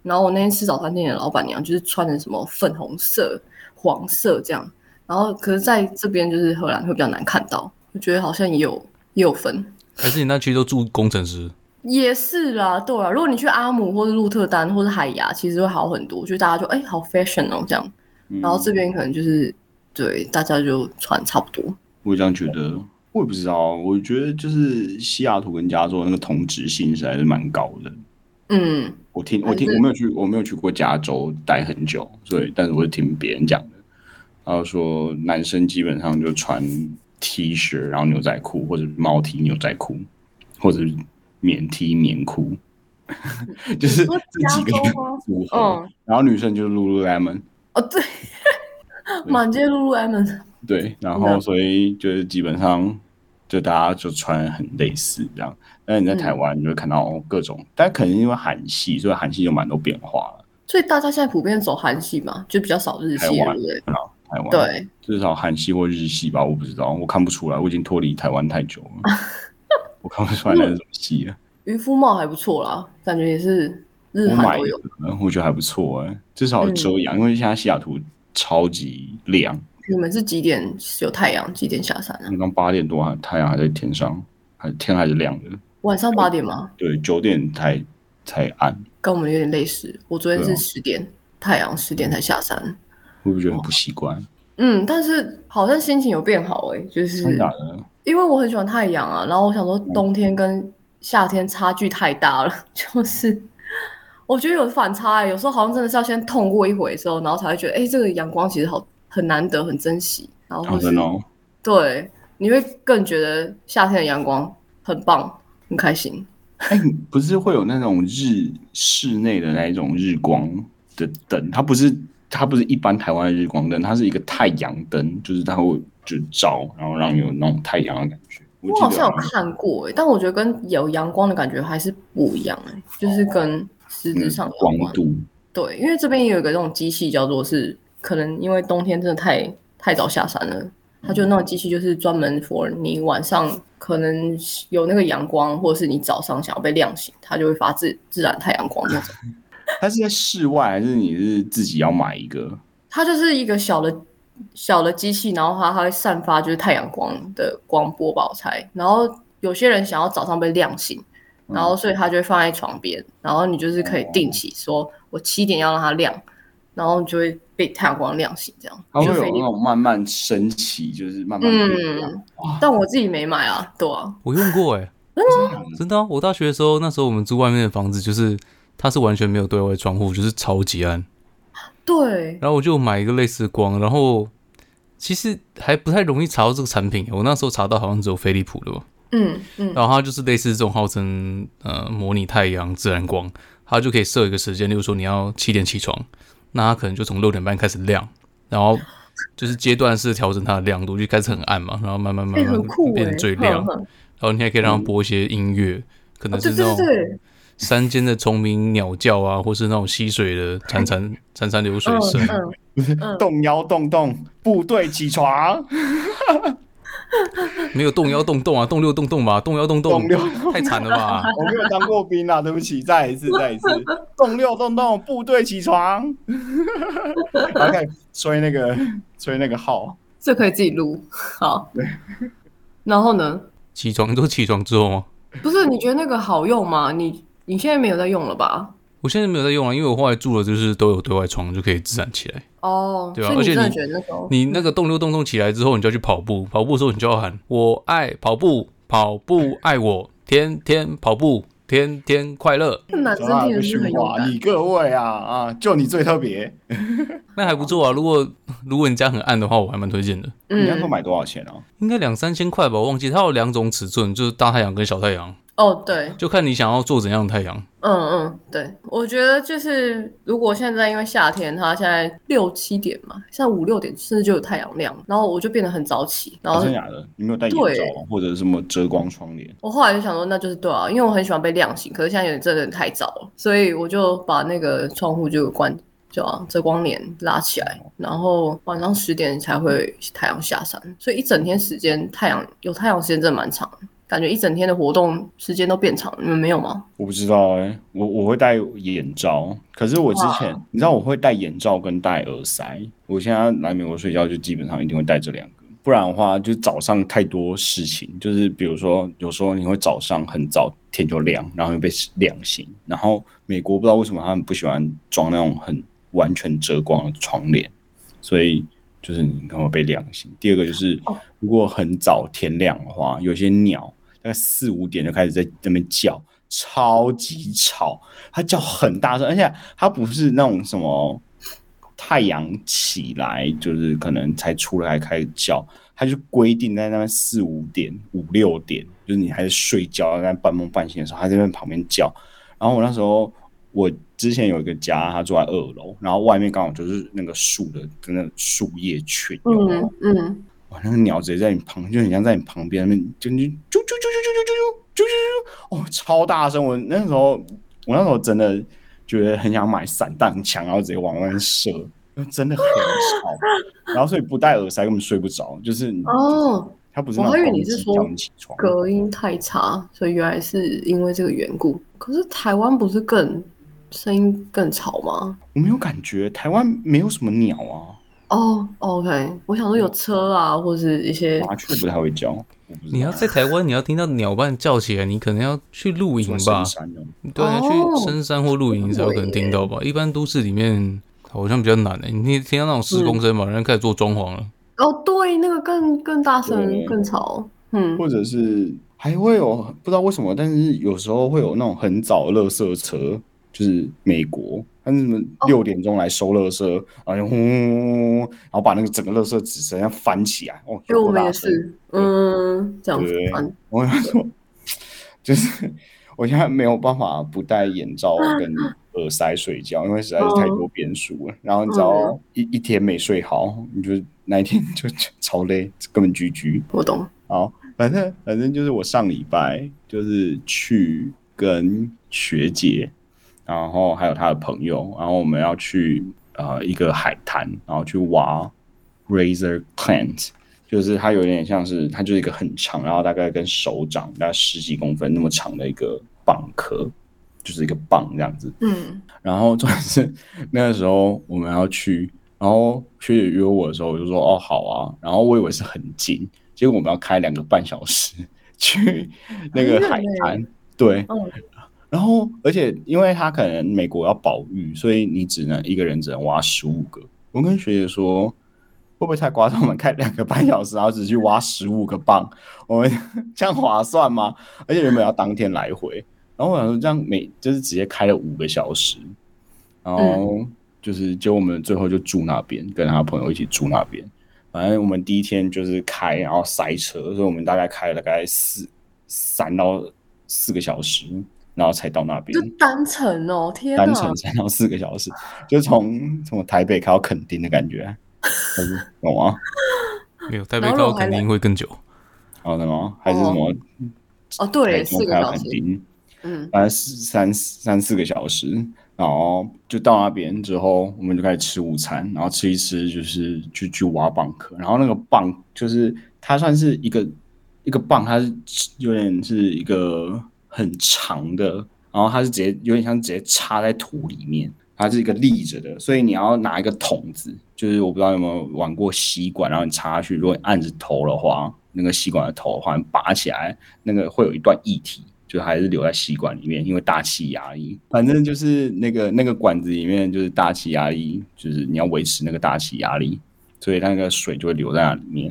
Speaker 3: 然后我那天吃早餐店的老板娘就是穿的什么粉红色、黄色这样，然后可是在这边就是荷兰会比较难看到，我觉得好像也有也有分。
Speaker 2: 还是你那区都住工程师？
Speaker 3: 也是啦，对啊，如果你去阿姆或者鹿特丹或者海牙，其实会好很多，就大家就哎、好 fashion 哦这样，
Speaker 1: 嗯
Speaker 3: 然后这边可能就是对大家就穿差不多，
Speaker 1: 我也这样觉得，我也不知道，我觉得就是西雅图跟加州那个同质性实在是蛮高的。
Speaker 3: 嗯，
Speaker 1: 我听我听
Speaker 3: 还是
Speaker 1: 我没有去我没有去过加州待很久，所以但是我是听别人讲的，然后说男生基本上就穿 T 恤，然后牛仔裤或者毛 T 牛仔裤，或者是棉 T 棉裤， [LAUGHS] 就是
Speaker 3: 说
Speaker 1: 这几个
Speaker 3: 加州嗯吗
Speaker 1: 组合。然后女生就是 Lululemon，
Speaker 3: 哦对，满街 lululemon，
Speaker 1: 对，然后
Speaker 3: 那
Speaker 1: 所以就是基本上就大家就穿很类似这样。但你在台湾你就会看到各种，但可能因为韩系，所以韩系有蛮多变化了。
Speaker 3: 所以大家现在普遍走韩系嘛，就比较少日系，
Speaker 1: 台
Speaker 3: 对
Speaker 1: 湾
Speaker 3: 不对？
Speaker 1: 台湾，
Speaker 3: 对，
Speaker 1: 至少韩系或日系吧，我不知道，我看不出来，我已经脱离台湾太久
Speaker 3: [LAUGHS]
Speaker 1: 了，我看不出来那是什么系了。
Speaker 3: 渔夫帽还不错啦，感觉也是日
Speaker 1: 我
Speaker 3: 韩
Speaker 1: 买
Speaker 3: 都
Speaker 1: 一
Speaker 3: 有嗯
Speaker 1: 个，，我觉得还不错哎、至少有遮阳，因为现在西雅图超级亮，
Speaker 3: 你们是几点有太阳，几点下山啊？
Speaker 1: 刚刚八点多还太阳还在天上，还天还是亮的，
Speaker 3: 晚上八点吗？
Speaker 1: 对，九点才才暗，
Speaker 3: 跟我们有点类似。我昨天
Speaker 1: 对
Speaker 3: 是
Speaker 1: 啊
Speaker 3: 十点，太阳十点才下山。
Speaker 1: 会不会觉得很不习惯？
Speaker 3: 嗯，但是好像心情有变好诶、就是
Speaker 1: 真的假啊嗯的？
Speaker 3: 因为我很喜欢太阳啊，然后我想说冬天跟夏天差距太大了， [LAUGHS] 就是我觉得有反差、欸，有时候好像真的是要先痛过一回之后，然后才会觉得，哎、这个阳光其实好很难得，很珍惜，然后
Speaker 1: 好
Speaker 3: 或是、
Speaker 1: 真的哦，
Speaker 3: 对，你会更觉得夏天的阳光很棒，很开心。
Speaker 1: 哎、你不是会有那种日室内的那一种日光的灯，它不是它不是一般台湾的日光灯，它是一个太阳灯，就是它会就照，然后让你有那种太阳的感觉。我
Speaker 3: 我好
Speaker 1: 记得
Speaker 3: 像有
Speaker 1: 好像
Speaker 3: 看过、欸，但我觉得跟有阳光的感觉还是不一样、欸，就是跟实质上
Speaker 1: 哦嗯
Speaker 3: 有关。
Speaker 1: 光度，
Speaker 3: 对，因为这边也有一个这种机器，叫做是可能因为冬天真的太太早下山了，它就那
Speaker 1: 嗯
Speaker 3: 种机器就是专门 for 你晚上可能有那个阳光，或者是你早上想要被亮醒，它就会发自自然太阳光那种。
Speaker 1: 它是在室外还是你是自己要买一个？
Speaker 3: 它就是一个小的小的机器，然后它它会散发就是太阳光的光波吧，我猜。然后有些人想要早上被亮醒，
Speaker 1: 嗯
Speaker 3: 然后所以它就会放在床边，然后你就是可以定期说，我七点要让它亮，然后你就会被太阳光亮醒这样。
Speaker 1: 它会
Speaker 3: 就
Speaker 1: 有
Speaker 3: 非
Speaker 1: 那种慢慢升起，就是慢慢变亮。
Speaker 3: 嗯，但我自己没买啊，对啊，
Speaker 2: 我用过哎、
Speaker 3: 嗯
Speaker 2: 真的啊、我大学的时候，那时候我们住外面的房子，就是它是完全没有对外窗户，就是超级暗。
Speaker 3: 对，
Speaker 2: 然后我就买一个类似的光，然后其实还不太容易查到这个产品。欸我那时候查到好像只有飞利浦的吧，
Speaker 3: 嗯嗯，
Speaker 2: 然后它就是类似这种号称呃模拟太阳自然光，它就可以设一个时间，例如说你要七点起床，那它可能就从六点半开始亮，然后就是阶段式调整它的亮度，就开始很暗嘛，然后慢慢慢
Speaker 3: 哎，
Speaker 2: 慢
Speaker 3: 很酷
Speaker 2: 变
Speaker 3: 哎
Speaker 2: 成，最亮，
Speaker 3: 哼哼
Speaker 2: 然后你还可以让它播一些音乐，可能
Speaker 3: 哦对
Speaker 2: 是那种。
Speaker 3: 对对，
Speaker 2: 山间的虫鸣、鸟叫啊，或是那种溪水的潺潺潺潺流水声
Speaker 3: 哎嗯，嗯，
Speaker 1: 动摇动动，部队起床，
Speaker 3: 嗯
Speaker 2: 没有动摇动动啊，动六动动吧，动摇动动
Speaker 1: 动六，
Speaker 2: 太惨了吧？
Speaker 1: 我没有当过兵啊啦，对不起，再来一次，再来一次，动六动动，部队起床，然后开始吹那个吹那个号，
Speaker 3: 这可以自己录，好，对， [LAUGHS] 然后呢？
Speaker 2: 起床都起床之后吗？
Speaker 3: 不是，你觉得那个好用吗？你你现在没有在用了吧？
Speaker 2: 我现在没有在用啊，因为我后来住了就是都有对外窗，就可以自然起来。
Speaker 3: 哦，
Speaker 2: 对啊
Speaker 3: 所以
Speaker 2: 而且
Speaker 3: 真的
Speaker 2: 你
Speaker 3: 觉得那时候
Speaker 2: 你那个动六动动起来之后，你就要去跑步，跑步的时候你就要喊“我爱跑步，跑步爱我，天天跑步，天天快乐
Speaker 3: 那男生
Speaker 1: 然后就
Speaker 3: 听的是
Speaker 1: 训
Speaker 3: 很勇
Speaker 1: 话，
Speaker 3: 敢，
Speaker 1: 你各位啊啊，就你最特别，”，
Speaker 2: 那还不错啊。如果如果你家很暗的话，我还蛮推荐的。
Speaker 1: 你那时候
Speaker 3: 嗯，
Speaker 1: 买多少钱啊？
Speaker 2: 应该两三千块吧，我忘记它有两种尺寸，就是大太阳跟小太阳，
Speaker 3: 哦，对，
Speaker 2: 就看你想要做怎样的太阳。
Speaker 3: 嗯嗯，对，我觉得就是如果现在因为夏天，它现在六七点嘛，现在五六点甚至就有太阳亮，然后我就变得很早起，然
Speaker 1: 啊
Speaker 3: 后
Speaker 1: 真的假的？你没有戴眼
Speaker 3: 对
Speaker 1: 罩啊或者什么遮光窗帘？
Speaker 3: 我后来就想说，那就是对啊，因为我很喜欢被亮醒，可是现在有点真的太早了，所以我就把那个窗户就关，就啊遮光帘拉起来，然后晚上十点才会太阳下山，所以一整天时间太阳有太阳时间真的蛮长的，感觉一整天的活动时间都变长了，你们没有吗？
Speaker 1: 我不知道哎、我我会戴眼罩，可是我之前你知道我会戴眼罩跟戴耳塞，我现在来美国睡觉就基本上一定会戴这两个，不然的话就早上太多事情，就是比如说有时候你会早上很早天就亮，然后又被亮醒，然后美国不知道为什么他们不喜欢装那种很完全遮光的窗帘，所以就是你可能会被亮醒。第二个就是
Speaker 3: 哦
Speaker 1: 如果很早天亮的话，有些鸟大概四五点就开始在那边叫。超级吵，它叫很大声，而且它不是那种什么太阳起来就是可能才出来开始叫，它就规定在那边四五点、五六点，就是你还在睡觉、在半梦半醒的时候，它在那边旁边叫。然后我那时候我之前有一个家，他住在二楼，然后外面刚好就是那个树的，跟那个树叶群，有没有
Speaker 3: 嗯嗯，
Speaker 1: 哇，那个鸟直接在你旁，就很像在你旁边那边，就就啾啾啾啾啾啾啾啾啾啾，哦，超大声！我那时候，我那时候真的觉得很想买散弹枪，然后直接往外面射，因为真的很吵。然后所以不戴耳塞根本睡不着，就是
Speaker 3: 哦，
Speaker 1: 它不是
Speaker 3: 我
Speaker 1: 那
Speaker 3: 还以为
Speaker 1: 种
Speaker 3: 你是说
Speaker 1: 叫你起床，
Speaker 3: 隔音太差，所以原来是因为这个缘故。可是台湾不是更声音更吵吗？
Speaker 1: 我没有感觉，台湾没有什么鸟啊，
Speaker 3: 哦、o k 我想说有车啊，或是一些
Speaker 1: 麻雀不太会叫。我不知道
Speaker 2: 你要在台湾，你要听到鸟伴叫起来，你可能要去露营
Speaker 1: 说
Speaker 2: 吧
Speaker 1: 深？山哦
Speaker 2: 对啊，
Speaker 3: 哦
Speaker 2: 去深山或露营才有可能听到吧。一般都市里面好像比较难诶、你听到那种施工声
Speaker 3: 嗯
Speaker 2: 嘛，人家开始做装潢了。
Speaker 3: 哦，对，那个更更大声
Speaker 1: 对、
Speaker 3: 更吵。嗯，
Speaker 1: 或者是还会有不知道为什么，但是有时候会有那种很早的垃圾车，就是美国，他们什么
Speaker 3: 哦
Speaker 1: 六点钟来收垃圾，然后就轰轰轰，然后把那个整个垃圾纸直接翻起来，哦，
Speaker 3: 因为我
Speaker 1: 有多
Speaker 3: 们
Speaker 1: 大
Speaker 3: 也
Speaker 1: 声，
Speaker 3: 是，嗯，这样子
Speaker 1: 对
Speaker 3: 嗯
Speaker 1: 我想说， [LAUGHS] 就是我现在没有办法不戴眼罩跟耳塞睡觉，因为实在是太多变数了。然后你只
Speaker 3: 嗯
Speaker 1: 要一一天没睡好，你就那一天就 [LAUGHS] 就超累，根本居居。
Speaker 3: 我懂。
Speaker 1: 好， [LAUGHS] 反正反正就是我上礼拜就是去跟学姐，然后还有她的朋友，然后我们要去呃一个海滩，然后去挖 razor plant，就是它有点像是它就是一个很长，然后大概跟手掌大概十几公分那么长的一个蚌壳，就是一个蚌这样子。
Speaker 3: 嗯，
Speaker 1: 然后重点是 [LAUGHS] 那个时候我们要去，然后学姐约我的时候，我就说哦好啊，然后我以为是很近，结果我们要开两个半小时去那个海
Speaker 3: 很
Speaker 1: 滩，对，
Speaker 3: 嗯
Speaker 1: 然后而且因为他可能美国要保育，所以你只能一个人只能挖十五个。我跟学姐说，会不会太夸张？我们开两个半小时，然后只去挖十五个蚌，我们这样划算吗？而且原本要当天来回，然后我想说这样每就是直接开了五个小时，然后就是结果我们最后就住那边，跟他朋友一起住那边。反正我们第一天就是开，然后塞车，所以我们大概开了大概四三到四个小时，然后才到那边
Speaker 3: 就。单程哦，天哪！
Speaker 1: 单程三到四个小时，就从从台北开到垦丁的啊感觉，懂吗？
Speaker 2: 没有，台北
Speaker 3: 然后
Speaker 2: 靠
Speaker 3: 我还
Speaker 2: 肯定会更久。
Speaker 1: 好的吗？还是什么？
Speaker 3: 哦，对，
Speaker 1: 台
Speaker 3: 四
Speaker 1: 中
Speaker 3: 个
Speaker 1: 开到
Speaker 3: 小
Speaker 1: 垦
Speaker 3: 时。
Speaker 1: 丁，
Speaker 3: 嗯，
Speaker 1: 大概四三三四个小时，然后就到那边之后，我们就开始吃午餐，然后吃一吃就是就去挖蚌壳，然后那个蚌就是它算是一个一个蚌，它是有点是一个很长的，然后它是直接有点像直接插在土里面。它是一个立着的，所以你要拿一个筒子，就是我不知道有没有玩过吸管，然后你插下去，如果你按着头的话，那个吸管的头的话，你拔起来，那个会有一段液体，就还是留在吸管里面，因为大气压力。反正就是那个那个管子里面就是大气压力，就是你要维持那个大气压力，所以那个水就会留在那里面。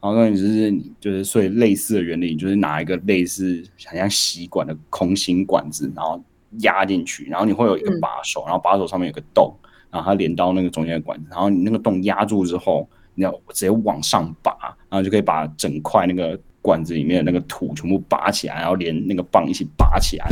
Speaker 1: 然后那你就是就是所以类似的原理，就是拿一个类似很像吸管的空心管子，然后压进去，然后你会有一个
Speaker 3: 嗯
Speaker 1: 把手，然后把手上面有个洞，然后它连到那个中间的管子，然后你那个洞压住之后，你要直接往上拔，然后就可以把整块那个管子里面的那个土全部拔起来，然后连那个棒一起拔起来，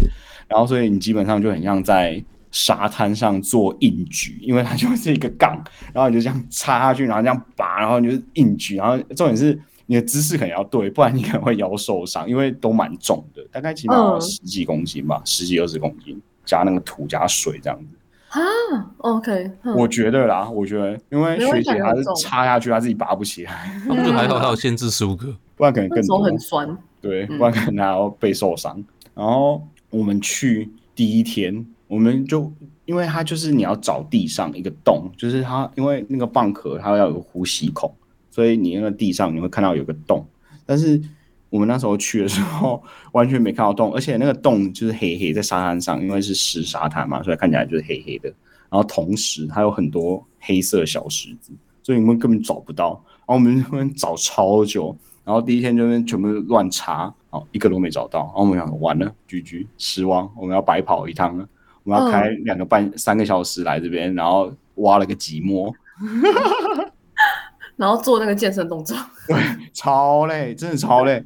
Speaker 1: 然后所以你基本上就很像在沙滩上做硬举，因为它就是一个杠，然后你就这样插下去，然后这样拔，然后你就是硬举，然后重点是你的姿势可能要对，不然你可能会腰受伤，因为都蛮重的，大概起码有
Speaker 3: 嗯
Speaker 1: 十几公斤吧，十几二十公斤，加那个土加水这样子。
Speaker 3: 啊，OK，嗯
Speaker 1: 我觉得啦，我觉得因为
Speaker 3: 没啊有
Speaker 1: 学姐
Speaker 3: 想
Speaker 1: 她
Speaker 3: 象
Speaker 1: 是
Speaker 3: 中
Speaker 1: 插下去，她自己拔不起来，
Speaker 3: 嗯
Speaker 2: 他们就还好，还有限制十五个。
Speaker 1: 不然可能更
Speaker 3: 那手
Speaker 1: 多。
Speaker 3: 很酸。
Speaker 1: 对，
Speaker 3: 嗯
Speaker 1: 不然可能还要被受伤。然后我们去第一天，我们就因为它就是你要找地上一个洞，就是它因为那个蚌壳它要有个呼吸孔，所以你那个地上你会看到有个洞，但是。我们那时候去的时候 [LAUGHS] 完全没看到洞，而且那个洞就是黑黑在沙滩上，因为是湿沙滩嘛，所以看起来就是黑黑的。然后同时它有很多黑色小石子，所以我们根本找不到。然后我们那边找超久，然后第一天就边全部乱查，哦，一个都没找到。然后我们想完了，GG，失望，我们要白跑一趟了。我们要开两个半、三个小时来这边，然后挖了个寂寞，
Speaker 3: 然后做那个健身动作，
Speaker 1: 超累，真的超累。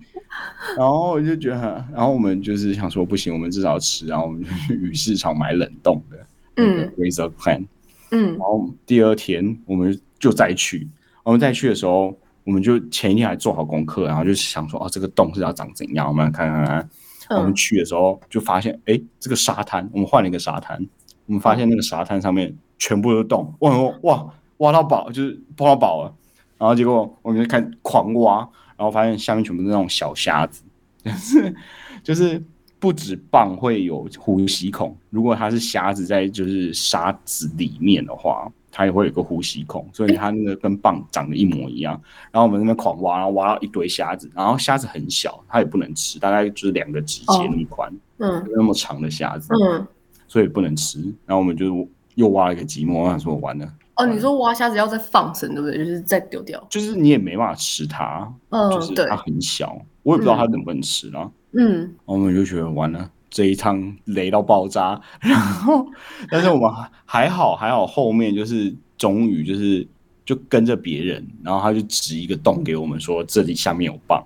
Speaker 1: 然后我就觉得很，然后我们就是想说不行，我们至少吃，然后我们就去鱼市场买冷冻的，
Speaker 3: 嗯
Speaker 1: ，razor plan，
Speaker 3: 嗯
Speaker 1: 然后第二天我们就再去，我们再去的时候，我们就前一天还做好功课，然后就想说，哦，这个洞是要长怎样，我们来看看啊看。我们
Speaker 3: 嗯，
Speaker 1: 去的时候就发现，哎、这个沙滩，我们换了一个沙滩，我们发现那个沙滩上面全部都是洞，哇哇挖到宝，就是碰到宝了。然后结果我们就开始狂挖，然后发现下面全部是那种小虾子，就是就是不止蚌会有呼吸孔，如果它是虾子在就是沙子里面的话，它也会有个呼吸孔，所以它那个跟蚌长得一模一样。然后我们在那边狂挖，然后挖到一堆虾子，然后虾子很小，它也不能吃，大概就是两个指节那么宽，
Speaker 3: 嗯
Speaker 1: 那么长的虾子，
Speaker 3: 哦嗯，
Speaker 1: 所以不能吃。然后我们就又挖了一个寂寞，我想说完了，
Speaker 3: 哦，你说挖虾子要再放生，对不对？就是再丢掉。
Speaker 1: 就是你也没办法吃它，
Speaker 3: 嗯
Speaker 1: 就是，啊
Speaker 3: 对
Speaker 1: 它，很小，我也不知道它能不能吃啦。
Speaker 3: 嗯，
Speaker 1: 然后我们就觉得完了，这一趟雷到爆炸。然后，但是我们还还好，还好后面就是终于就是就跟着别人，然后他就指一个洞给我们说这里下面有蚌，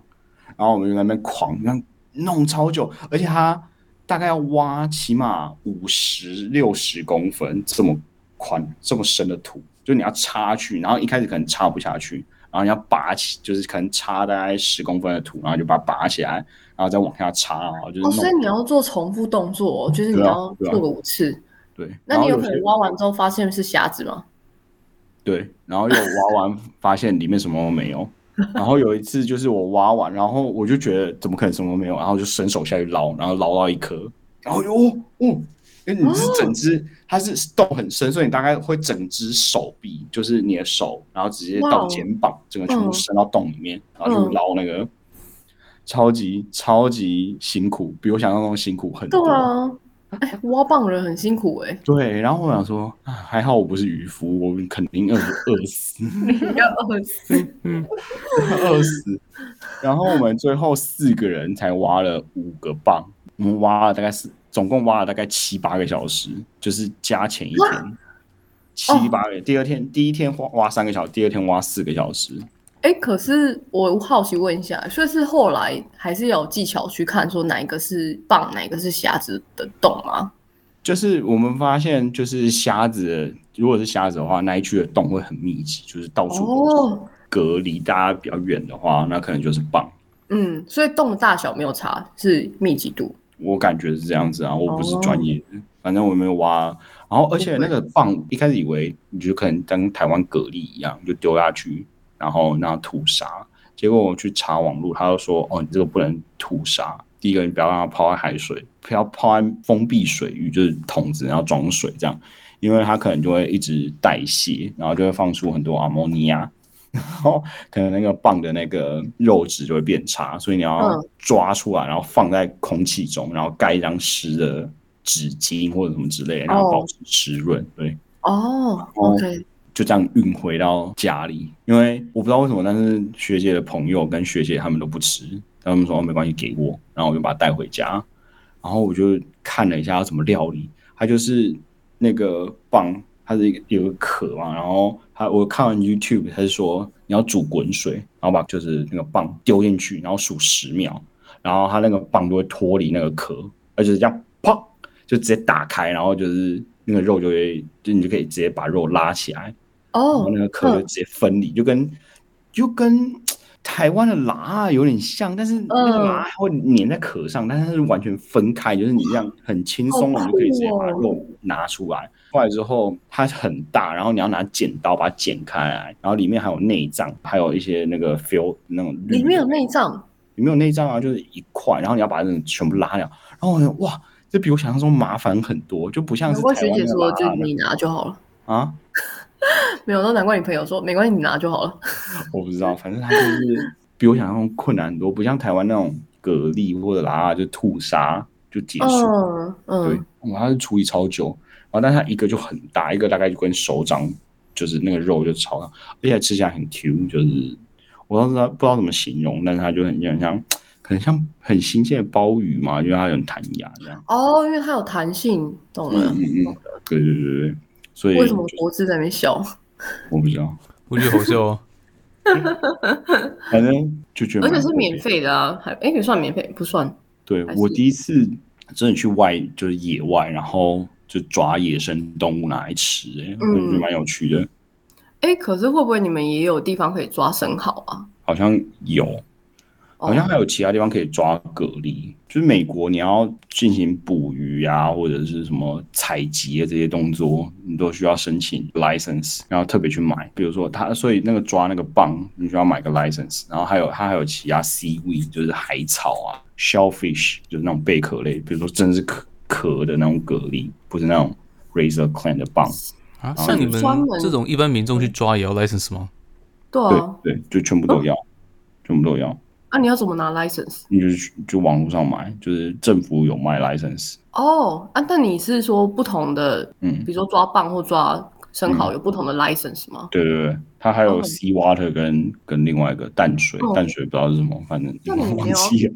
Speaker 1: 然后我们就在那边狂那样弄超久，而且他大概要挖起码五十六十公分这么宽这么深的土，就你要插去，然后一开始可能插不下去。然后你要拔起，就是可能插大概十公分的土，然后就把它拔起来，然后再往下插，然后就是
Speaker 3: 哦，
Speaker 1: 弄。
Speaker 3: 所以你要做重复动作哦，就是你
Speaker 1: 对啊
Speaker 3: 要
Speaker 1: 对啊
Speaker 3: 做个五次。
Speaker 1: 对，
Speaker 3: 那
Speaker 1: 然后
Speaker 3: 你有
Speaker 1: 有
Speaker 3: 可
Speaker 1: 些
Speaker 3: 能挖完之后发现是虾子吗？
Speaker 1: 对，然后又挖完发现里面什么都没
Speaker 3: [LAUGHS]
Speaker 1: 有。然后有一次就是我挖完，然后我就觉得怎么可能什么都没有，然后就伸手下去捞，然后捞到一颗，然后又哦哦，因为你是整只，它是洞很深，所以你大概会整只手臂，就是你的手，然后直接
Speaker 3: 哇
Speaker 1: 到
Speaker 3: 哦
Speaker 1: 肩膀，整个全部
Speaker 3: 嗯
Speaker 1: 伸到洞里面，然后
Speaker 3: 嗯
Speaker 1: 去捞那个，超级超级辛苦，比我想象中辛苦很
Speaker 3: 对
Speaker 1: 多。
Speaker 3: 啊，哎，挖蚌人很辛苦
Speaker 1: [LAUGHS]
Speaker 3: 哎，
Speaker 1: 对，然后我想说，啊还好我不是渔夫，我肯定饿不饿死，
Speaker 3: 要饿死。
Speaker 1: [LAUGHS] 饿死。然后我们最后四个人才挖了五个蚌，我们挖了大概是总共挖了大概七八个小时，就是加前一天七八个，第二天第一天挖挖三个小时，第二天挖四个小时。
Speaker 3: [LAUGHS] 哎，可是我好奇问一下，所以是后来还是有技巧去看说哪一个是蚌，哪一个是虾子的洞吗？
Speaker 1: 就是我们发现，就是虾子的，如果是虾子的话，那一区的洞会很密集，就是到处都是。
Speaker 3: 哦，
Speaker 1: 隔离大家比较远的话，那可能就是蚌。
Speaker 3: 嗯，所以洞的大小没有差，是密集度。
Speaker 1: 我感觉是这样子啊，我不是专业的，反正我没有挖。然后，而且那个蚌一开始以为你就可能跟台湾蛤蜊一样，就丢下去，然后让它吐沙。结果我去查网络，他就说：“哦，你这个不能吐沙。第一个，你不要让它泡在海水，不要泡在封闭水域，就是桶子，然后装水这样，因为它可能就会一直代谢，然后就会放出很多阿莫尼亚， [LAUGHS] 然后可能那个蚌的那个肉质就会变差，所以你要
Speaker 3: 嗯
Speaker 1: 抓出来，然后放在空气中，然后盖一张湿的纸巾或者什么之类的，让它
Speaker 3: 哦
Speaker 1: 保持湿润。对，
Speaker 3: 哦，OK，
Speaker 1: 就这样运回到家里，因为我不知道为什么，但是学姐的朋友跟学姐他们都不吃，他们说、哦、没关系给我，然后我就把它带回家，然后我就看了一下要怎么料理，它就是那个蚌，它是一个有一个壳嘛，然后它我看完 YouTube，它是说你要煮滚水，然后把就是那个蚌丢进去，然后数十秒，然后它那个蚌就会脱离那个壳，而且是这样砰就直接打开，然后就是那个肉就会就你就可以直接把肉拉起来。然
Speaker 3: 哦
Speaker 1: 后，那个壳就直接分离，就跟就跟台湾的喇啊有点像，但
Speaker 3: 嗯
Speaker 1: 是那个喇啊会粘在壳上，但是它是完全分开，就是你这
Speaker 3: [LAUGHS]
Speaker 1: 样很轻松的
Speaker 3: 好
Speaker 1: 你就可以直接把
Speaker 3: 酷哦
Speaker 1: 肉拿出来。出来之后它很大，然后你要拿剪刀把它剪开来，然后里面还有内脏，还有一些那个 feel 那种绿
Speaker 3: 里面有
Speaker 1: 的
Speaker 3: 内脏，
Speaker 1: 里面有内脏啊，就是一块，然后你要把那种全部拉掉。然后我就哇，这比我想象中麻烦很多，就不像
Speaker 3: 难
Speaker 1: 是
Speaker 3: 怪
Speaker 1: 台
Speaker 3: 学
Speaker 1: 湾
Speaker 3: 姐
Speaker 1: 的
Speaker 3: 说就
Speaker 1: 喇
Speaker 3: 你拿就好了， [LAUGHS]
Speaker 1: 啊。
Speaker 3: 没有，那难怪你朋友说没关系，你拿就好了。
Speaker 1: 我不知道，反正它就是比我想象中困难很多，不像台湾那种蛤蜊或者啦啦就吐沙就结束。
Speaker 3: 嗯
Speaker 1: 对
Speaker 3: 嗯，，
Speaker 1: 哇，它是处理超久，然后但它一个就很大，一个大概就跟手掌，就是那个肉就超大，而且吃起来很 Q，就是我当时不知道怎么形容，但是它就很很像，可能像很新鲜的鲍鱼嘛，因为它很弹牙这样。
Speaker 3: 哦，因为它有弹性，懂
Speaker 1: 嗯
Speaker 3: 了。
Speaker 1: 嗯嗯，对对对对，所以
Speaker 3: 为什么国字在那边笑？
Speaker 1: 我不知道，
Speaker 2: 我觉得好笑
Speaker 3: [LAUGHS]
Speaker 2: 哦。
Speaker 1: 反正就觉得
Speaker 3: 而且
Speaker 1: 蛮
Speaker 3: 是
Speaker 1: 特别
Speaker 3: 免
Speaker 1: 的
Speaker 3: 费的啊，还哎，你算免费不算？
Speaker 1: 对
Speaker 3: 还
Speaker 1: 我
Speaker 3: 啊是
Speaker 1: 第一次真的去外，就是野外，然后就抓野生动物拿来吃、欸，我觉得
Speaker 3: 嗯
Speaker 1: 蛮有趣的。
Speaker 3: 哎，可是会不会你们也有地方可以抓生蚝啊？哦
Speaker 1: 好像有，好像还有其他地方可以抓蛤蜊。就是美国你要进行捕鱼啊，或者是什么采集的啊这些动作，你都需要申请 license，然后特别去买。比如说它，所以那个抓那个棒，你需要买个 license。然后还有它还有其他 seaweed，就是海草啊，shellfish，就是那种贝壳类，比如说真的是壳壳的那种蛤蜊，不是那种 razor clan 的棒。
Speaker 2: 啊，像你们
Speaker 3: 专门
Speaker 2: 这种一般民众去抓也要 license 吗？
Speaker 3: 对啊，
Speaker 1: 对对，就全部都要，全部都要。
Speaker 3: 那、你要怎么拿 license？
Speaker 1: 你就去就网络上买，就是政府有卖 license，
Speaker 3: 哦，啊，那你是说不同的，
Speaker 1: 嗯
Speaker 3: 比，如说抓棒或抓生蚝有不同的 license 吗？
Speaker 1: 对对对，它还有
Speaker 3: 哦
Speaker 1: sea water 跟跟另外一个淡水
Speaker 3: 哦，
Speaker 1: 淡水不知道是什么，反正
Speaker 3: 那你没有
Speaker 1: 忘记了。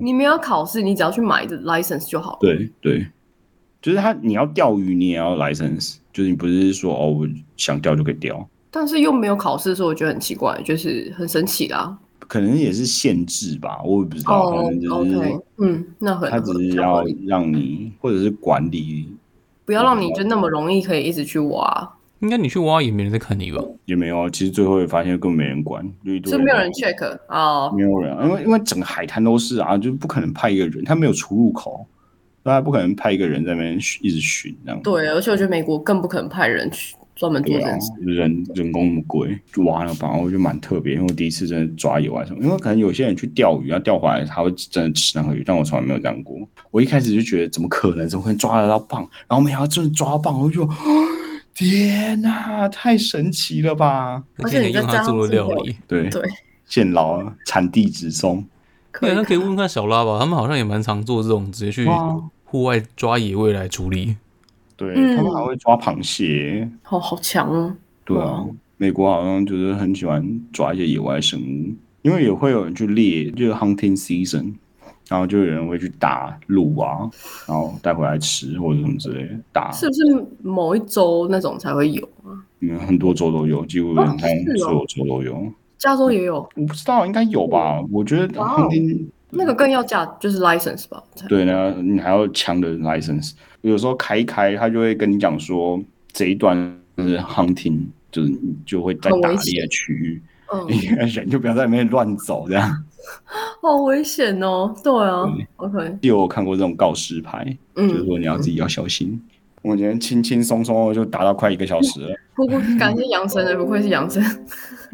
Speaker 3: 你没有考试，你只要去买的 license 就好了。
Speaker 1: 对对，就是它你要钓鱼，你也要 license，就是你不是说哦我想钓就可以钓，
Speaker 3: 但是又没有考试的时候，我觉得很奇怪，就是很神奇啦。
Speaker 1: 可能也是限制吧，我也不知道，
Speaker 3: 哦
Speaker 1: 可能就是
Speaker 3: ，OK，嗯，那很
Speaker 1: 它只
Speaker 3: 很
Speaker 1: 是
Speaker 3: 很合
Speaker 1: 要
Speaker 3: 理
Speaker 1: 让你或者是管理
Speaker 3: 不要让你就那么容易可以一直去挖，啊
Speaker 2: 应该你去挖也没人在看你吧？
Speaker 1: 也没有，其实最后也发现根本没人管，就一堆
Speaker 3: 是没有人
Speaker 1: 管
Speaker 3: check 哦。
Speaker 1: 没有人啊，因为因为整个海滩都是啊，就不可能派一个人，他没有出入口，大家不可能派一个人在那边巡一直巡这样。
Speaker 3: 对，而且我觉得美国更不可能派人去专门做
Speaker 1: 对
Speaker 3: 这
Speaker 1: 啊
Speaker 3: 件事。，
Speaker 1: 人人工那么贵，就挖了吧，我就蛮特别，因为我第一次真的抓野外生物，因为可能有些人去钓鱼，要啊钓回来他会真的吃那个鱼，但我从来没有这样过。我一开始就觉得怎么可能，怎么可能抓得到蚌？然后没想到真的抓到蚌，我就觉得天哪、太神奇了吧！
Speaker 3: 而且你在
Speaker 2: 用它
Speaker 3: 家
Speaker 2: 做了料
Speaker 3: 自己
Speaker 2: 理，啊
Speaker 1: 对
Speaker 3: 对，
Speaker 1: 现捞啊产地直送，
Speaker 3: 可
Speaker 2: 对，那
Speaker 3: 以
Speaker 2: 可以问问看小拉吧，他们好像也蛮常做这种直接去
Speaker 1: 哇
Speaker 2: 户外抓野味来处理。
Speaker 1: 对、
Speaker 3: 嗯
Speaker 1: 他们还会抓螃蟹。
Speaker 3: 好好强哦。
Speaker 1: 对啊，美国好像就是很喜欢抓一些野外生物，因为也会有人去猎，就是 hunting season，然后就有人会去打鹿啊，然后带回来吃或者什么之类的。打，
Speaker 3: 是不是某一周那种才会有？
Speaker 1: 嗯，很多州都有，几乎
Speaker 3: 哦
Speaker 1: 好像
Speaker 3: 是哦
Speaker 1: 所有州都有。
Speaker 3: 加州也有，
Speaker 1: 我不知道，应该有吧？我觉得
Speaker 3: 哇哦
Speaker 1: hunting
Speaker 3: 那个更要加就是 license 吧？才
Speaker 1: 嗯对呢，你还要强的 license。有时候开一开，他就会跟你讲说这一段是 hunting，就是你就会在
Speaker 3: 很
Speaker 1: 打
Speaker 3: 危
Speaker 1: 猎的
Speaker 3: 险
Speaker 1: 区域，
Speaker 3: 嗯，
Speaker 1: 你 [LAUGHS] 人就不要在那边乱走这样。
Speaker 3: 好危险哦。对啊
Speaker 1: 对
Speaker 3: ，OK，
Speaker 1: 也有看过这种告示牌，就是
Speaker 3: 嗯，
Speaker 1: 说你要自己要小心。我今天轻轻松松就达到快一个小时了， [LAUGHS]
Speaker 3: 不过感谢杨生的，不愧是杨生。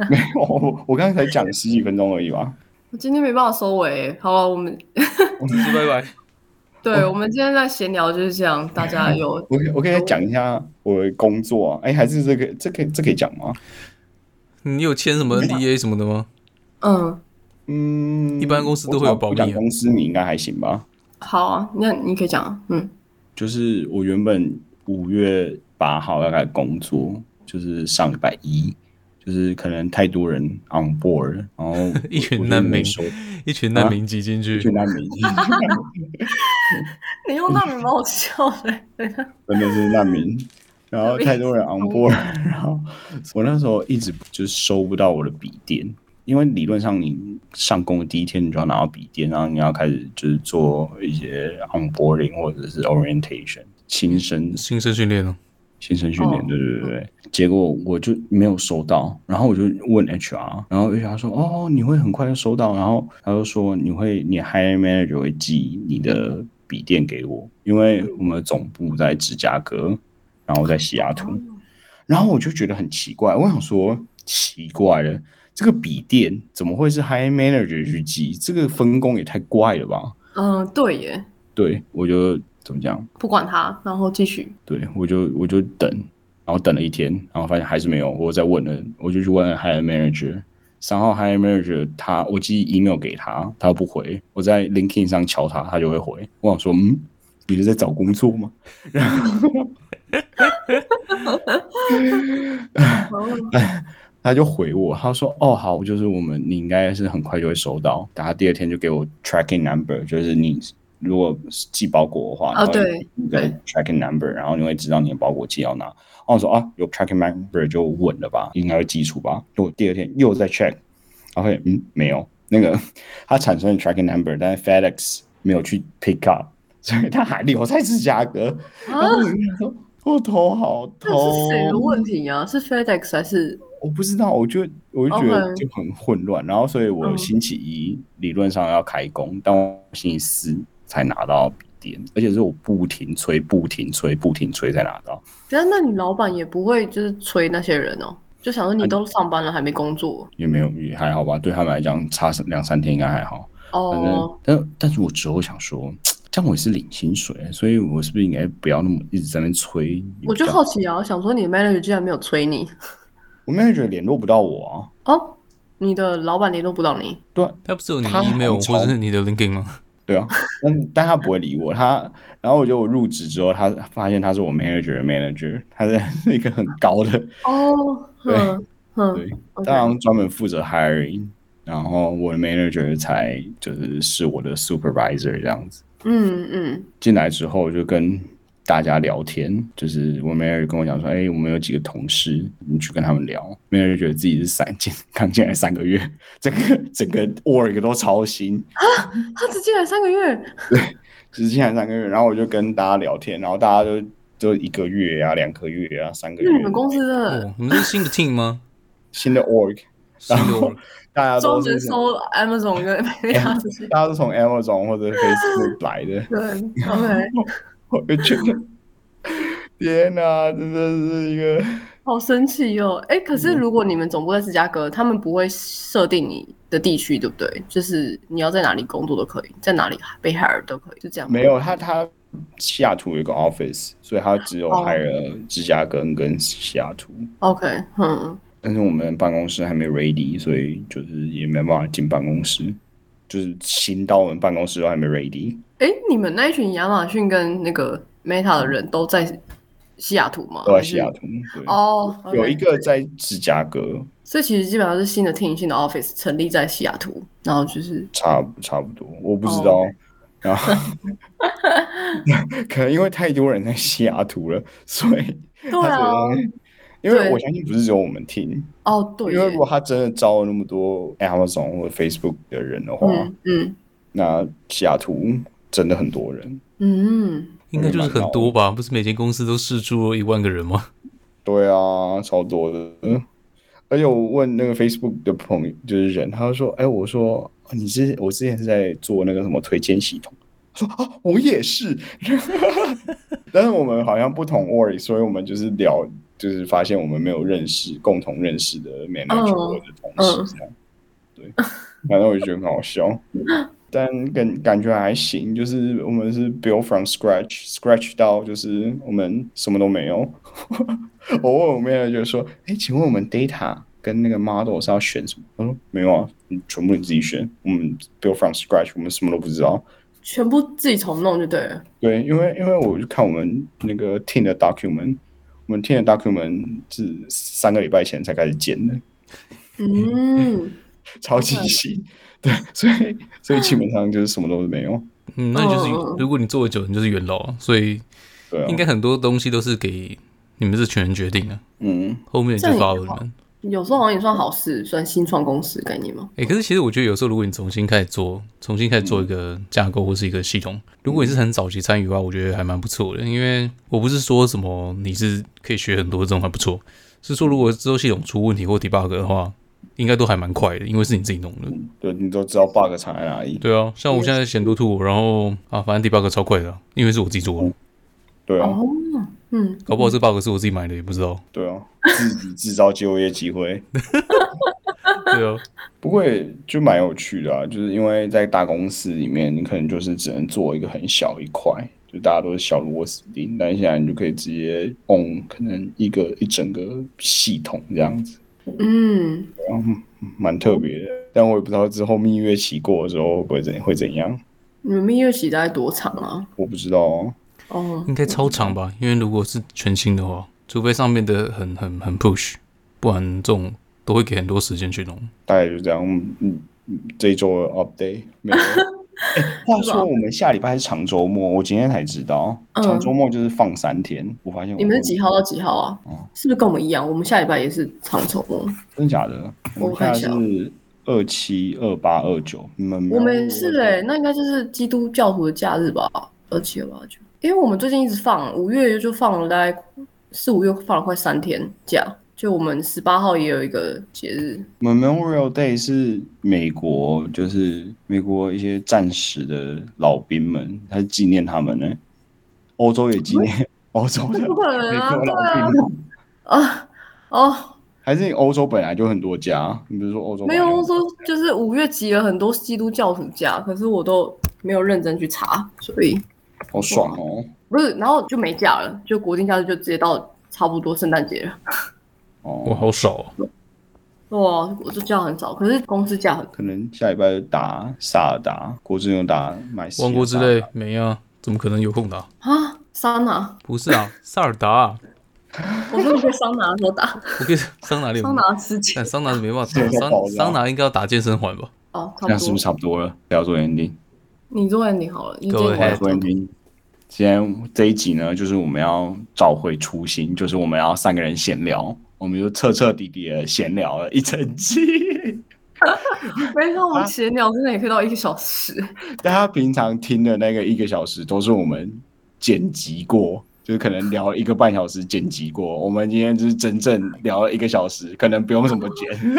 Speaker 1: 没有，我我刚才才讲十几分钟而已吧。
Speaker 3: [LAUGHS] 我今天没办法收尾，欸好了，我们
Speaker 2: 拜拜。
Speaker 1: 哦
Speaker 3: 对我们今天在闲聊就是这样，大家有
Speaker 1: [LAUGHS] 我可以我可以再讲一下我的工作啊，哎、还是这个这可以这可以讲吗？
Speaker 2: 你有签什么 NDA 什么的吗？
Speaker 3: 嗯
Speaker 1: 嗯，
Speaker 2: 一般公司都会有保密啊
Speaker 1: 我讲公司你应该还行吧？
Speaker 3: 好啊，那你可以讲啊，嗯
Speaker 1: 就是我原本五月八号要开始工作，就是上礼拜一，就是可能太多人 on board，然后我
Speaker 2: [LAUGHS] 一群
Speaker 1: 我就
Speaker 2: 难
Speaker 1: 没
Speaker 2: 民
Speaker 1: 收
Speaker 2: 一群难民挤进
Speaker 1: 一群
Speaker 2: 去，
Speaker 1: 难民。
Speaker 3: 你用那名蛮好笑的，
Speaker 1: 真的是难民。然后太多人 on board，然后我那时候一直就是收不到我的笔电，因为理论上你上工的第一天你就要拿到笔电，然后你要开始就是做一些 onboarding 或者是 orientation 新生
Speaker 2: 新生训练哦。
Speaker 1: 新生训
Speaker 3: 哦
Speaker 1: 练，对对对对。结果我就没有收到，然后我就问 HR，然后 HR 说：“哦，你会很快就收到。”然后他就说：“你会，你 hiring manager 会寄你的笔电给我，因为我们的总部在芝加哥，然后在西雅图。”然后我就觉得很奇怪，我想说奇怪了，这个笔电怎么会是 hiring manager 去寄？这个分工也太怪了吧？
Speaker 3: 嗯，对耶，
Speaker 1: 对我就怎么讲？
Speaker 3: 不管他，然后继 [LAUGHS] 续，
Speaker 1: 对，我就我就等，然后等了一天，然后发现还是没有，我再问了，我就去问 hire manager，三号 hire manager 他我寄 email 给他，他不回，我在 LinkedIn 上敲他，他就会回，我想说，嗯，你是在找工作吗？ [LAUGHS]
Speaker 3: [LAUGHS]
Speaker 1: 哎他就回我，他说：“哦，好，就是我们，你应该是很快就会收到。”然后第二天就给我 tracking number，就是你如果寄包裹的话，
Speaker 3: 哦
Speaker 1: 然后
Speaker 3: 对
Speaker 1: 你给 tracking number，然后你会知道你的包裹寄到哪。然后我说：“啊，有 tracking number 就稳了吧，应该会寄出吧。”我第二天又在 check，然后发现嗯没有，那个它产生了 tracking number，但是 FedEx 没有去 pick up，所以它还留在芝加哥。然后我就想说我头好
Speaker 3: 啊这是
Speaker 1: 痛。哦
Speaker 3: 谁的问题啊？是 FedEx 还是
Speaker 1: 我不知道，我就我就觉得
Speaker 3: OK
Speaker 1: 就很混乱。然后，所以我
Speaker 3: 嗯
Speaker 1: 星期一理论上要开工，但我星期四才拿到笔电，而且是我不停催、不停催、不停催才拿到。
Speaker 3: 觉得那你老板也不会就是催那些人哦，就想说你都上班了还没工作
Speaker 1: 也没有也还好吧，对他们来讲差两三天应该还好。反正
Speaker 3: 哦，，
Speaker 1: 但但是我之后想说，这样我也是领薪水，所以我是不是应该不要那么一直在那边催？
Speaker 3: 我就好，奇啊，我想说你的 manager 竟然没有催你
Speaker 1: 我 manager 联络不到我啊。
Speaker 3: 哦，你的老板联络不到你，
Speaker 1: 对啊
Speaker 2: 他不是有你
Speaker 1: 他
Speaker 2: email
Speaker 1: 很吵
Speaker 2: 或者是你的 LinkedIn 吗？
Speaker 1: 对啊，但但他不会理我。他，然后我觉得我入职之后，他发现他是我 manager 的 manager，他在是一个很高的，
Speaker 3: 哦，
Speaker 1: 对
Speaker 3: 嗯
Speaker 1: 对
Speaker 3: 嗯，
Speaker 1: 他好
Speaker 3: OK，
Speaker 1: 像专门负责 hiring，然后我的 manager 才就是是我的 supervisor 这样子。
Speaker 3: 嗯嗯，
Speaker 1: 进来之后就跟大家聊天，就是我 manager 跟我讲说，哎、我们有几个同事，你去跟他们聊。manager 觉得自己是三进刚进来三个月， [LAUGHS] 整个整个 org 都超新，
Speaker 3: 他只进来三个月，
Speaker 1: 只是进来三个月，然后我就跟大家聊天，然后大家就就一个月啊、两个月啊、三个
Speaker 3: 那
Speaker 1: 月，
Speaker 3: 你们公司
Speaker 1: 嗯
Speaker 3: 的
Speaker 2: 哦，你们是新的 team 吗？
Speaker 3: [LAUGHS]
Speaker 1: 新的 org，
Speaker 2: 新的 org
Speaker 1: 大家
Speaker 3: 专
Speaker 1: 都
Speaker 3: 门
Speaker 1: 是哎
Speaker 3: 收 Amazon
Speaker 1: [LAUGHS]
Speaker 3: 跟那样子，
Speaker 1: 大家都从 Amazon 或者
Speaker 3: [LAUGHS]
Speaker 1: Facebook 来的，
Speaker 3: 对，OK，
Speaker 1: 我就觉得天哪、真的是一个。
Speaker 3: 好生气哟！哎，可
Speaker 1: 嗯
Speaker 3: 是如果你们总部在芝加哥，他们不会设定你的地区，对不对？就是你要在哪里工作都可以，在哪里北海尔都可以，就这样。
Speaker 1: 没有，他他西雅图有一个 office，所以他只有
Speaker 3: 哦
Speaker 1: hire 芝加哥跟西雅图。
Speaker 3: OK，嗯，
Speaker 1: 但是我们办公室还没 ready，所以就是也没办法进办公室，就是新到我们办公室都还没 ready。
Speaker 3: 哎，你们那一群亚马逊跟那个 Meta 的人都在西雅图吗？
Speaker 1: 都在
Speaker 3: 哦还是
Speaker 1: 西雅。图，对，
Speaker 3: 哦，
Speaker 1: 有
Speaker 3: OK
Speaker 1: 一，个在芝加哥，
Speaker 3: 所以其实基本上是新的 team、新的 office 成立在西雅图，然后就是
Speaker 1: 差不差不多，我不知
Speaker 3: 哦
Speaker 1: 道。然
Speaker 3: [LAUGHS]
Speaker 1: 后可能因为太多人在西雅图了， [LAUGHS] 所以
Speaker 3: 对
Speaker 1: 他觉
Speaker 3: 啊，
Speaker 1: 得，因为
Speaker 3: 对
Speaker 1: 我相信不是只有我们听，
Speaker 3: 哦对
Speaker 1: 因为如啊
Speaker 3: 耶，
Speaker 1: 果他真的招了那么多 Amazon 或者 Facebook 的人的话，
Speaker 3: 嗯嗯
Speaker 1: 那西雅图真的很多人。
Speaker 3: 嗯，
Speaker 2: 应该就是很多吧？不是每间公司都试出一万个人吗？
Speaker 1: 对啊，超多的。嗯而且我问那个 Facebook 的朋友，就是人，他就说：“哎、我说你之我之前是在做那个什么推荐系统。”说：“啊，我也是。” [LAUGHS] 但是我们好像不同 org，所以我们就是聊，就是发现我们没有认识共同认识的 manager
Speaker 3: 嗯
Speaker 1: 或者同事这样。对，反正我就觉得很好笑。但感感觉还行，就是我们是 build from scratch，scratch 到就是我们什么都没有。 [LAUGHS] 我问我妹妹就说：“哎、请问我们 data 跟那个 model 是要选什么？”她说：“没有啊，你全部你自己选。我们 build from scratch，我们什么都不知道。
Speaker 3: 全部自己重弄就对了。”
Speaker 1: 对，因为因为我就看我们那个 team 的 document，我们 team 的 document 是三个礼拜前才开始建的， [LAUGHS]
Speaker 3: 嗯，
Speaker 1: 超级新。对，所以所以基本上就是什么都没有。
Speaker 2: 嗯，那你就是
Speaker 3: 嗯嗯嗯
Speaker 2: 如果你做的久，你就是元老啊，所以
Speaker 1: 对啊，
Speaker 2: 应该很多东西都是给你们是全人决定的，
Speaker 1: 嗯，
Speaker 2: 后面就
Speaker 3: 这样也
Speaker 2: 发了你
Speaker 3: 好
Speaker 2: 们。
Speaker 3: 有时候好像也算好事，算新创公司的概念嘛。
Speaker 2: 哎、可是其实我觉得有时候，如果你重新开始做，重新开始做一个架构或是一个系统，如果你是很早期参与的话，我觉得还蛮不错的。因为我不是说什么你是可以学很多这种还不错，是说如果之后系统出问题或 debug 的话，应该都还蛮快的，因为是你自己弄的。
Speaker 1: 对，你都知道 bug 藏在哪里。
Speaker 2: 对啊，像我现在选多兔，然后啊，反正 debug 超快的啊、因为是我自己做的，
Speaker 1: 对啊，
Speaker 3: 哦，嗯，
Speaker 2: 搞不好这 bug 是我自己买的，也不知道。
Speaker 1: 对啊，自己制造就业机会。
Speaker 2: 对啊，
Speaker 1: 不过也就蛮有趣的啊，就是因为在大公司里面，你可能就是只能做一个很小一块，就大家都是小螺丝钉，但现在你就可以直接 on 可能一个一整个系统这样子，
Speaker 3: 嗯，
Speaker 1: 蛮特别的。但我也不知道之后蜜月期过的时候会不会怎会怎样，
Speaker 3: 你们蜜月期大概多长啊？
Speaker 1: 我不知道哦。
Speaker 3: 哦，
Speaker 2: 应该超长吧？因为如果是全新的话，除非上面的很很很 push，不然这种都会给很多时间去弄。
Speaker 1: 大概就这样，嗯嗯，嗯这一周的 update
Speaker 3: [LAUGHS]
Speaker 1: 没有了。哎话说我们下礼拜是长周末，我今天才知道，
Speaker 3: 嗯
Speaker 1: 长周末就是放三天。我发现我
Speaker 3: 你们是几号到几号啊
Speaker 1: 哦？
Speaker 3: 是不是跟我们一样？我们下礼拜也是长筹哦。
Speaker 1: 真的假的？
Speaker 3: 我
Speaker 1: 们
Speaker 3: 看
Speaker 1: 现
Speaker 3: 一
Speaker 1: 在
Speaker 3: 下哦
Speaker 1: 是二七、二八、二九，你们没有
Speaker 3: 欸我们也是哎、那应该就是基督教徒的假日吧？二七二八九，因为我们最近一直放，五月就放了大概四五月放了快三天假，就我们十八号也有一个节日，
Speaker 1: Memorial Day 是美国，就是美国一些战时的老兵们，他是纪念他们呢。欧洲也纪念欧洲的
Speaker 3: 不可
Speaker 1: 美
Speaker 3: 能啊，
Speaker 1: 国
Speaker 3: 对
Speaker 1: 老
Speaker 3: 啊
Speaker 1: 兵们，
Speaker 3: 啊哦，
Speaker 1: 还是你欧洲本来就很多家？你比如说欧洲
Speaker 3: 没有
Speaker 1: 本来就
Speaker 3: 欧洲就是五月集了很多基督教徒假，可是我都没有认真去查，所以
Speaker 1: 好爽哦！
Speaker 3: 不是，然后就没假了，就国定假日就直接到差不多圣诞节了。
Speaker 2: 我
Speaker 1: 哦，
Speaker 2: 好少哦、
Speaker 3: 哇，啊我就假很少，可是公司假很
Speaker 1: 可能下礼拜就打萨尔达，国之又打买
Speaker 2: 王国之泪没啊，怎么可能有空打、
Speaker 3: 啊，桑拿，
Speaker 2: 不是啊，萨尔达、啊，
Speaker 3: 我说你在桑拿的时候打，
Speaker 2: 我跟 [LAUGHS] 桑拿练
Speaker 3: 桑拿时间
Speaker 2: 但桑拿没办法
Speaker 3: [LAUGHS]
Speaker 1: 这
Speaker 2: 打，
Speaker 1: 个
Speaker 2: 桑
Speaker 1: 爆料
Speaker 2: 桑拿应该要打健身环吧？
Speaker 3: 哦，差
Speaker 1: 那
Speaker 3: 不
Speaker 1: 是
Speaker 3: 多
Speaker 1: 不是。差不多了？不要做 ending，
Speaker 3: 你做 ending 好了，你
Speaker 2: 各
Speaker 3: 做
Speaker 2: 位
Speaker 1: 不要 [LAUGHS]
Speaker 3: ending
Speaker 1: 做 ending。今天这一集呢，就是我们要找回初心，就是我们要三个人闲聊，我们就彻彻底底的闲聊了一整集。 [LAUGHS]
Speaker 3: 没错，我们闲聊真的也可以到一个小时。
Speaker 1: 大家平常听的那个一个小时都是我们剪辑过，就是可能聊一个半小时剪辑过。我们今天就是真正聊了一个小时，可能不用怎么剪。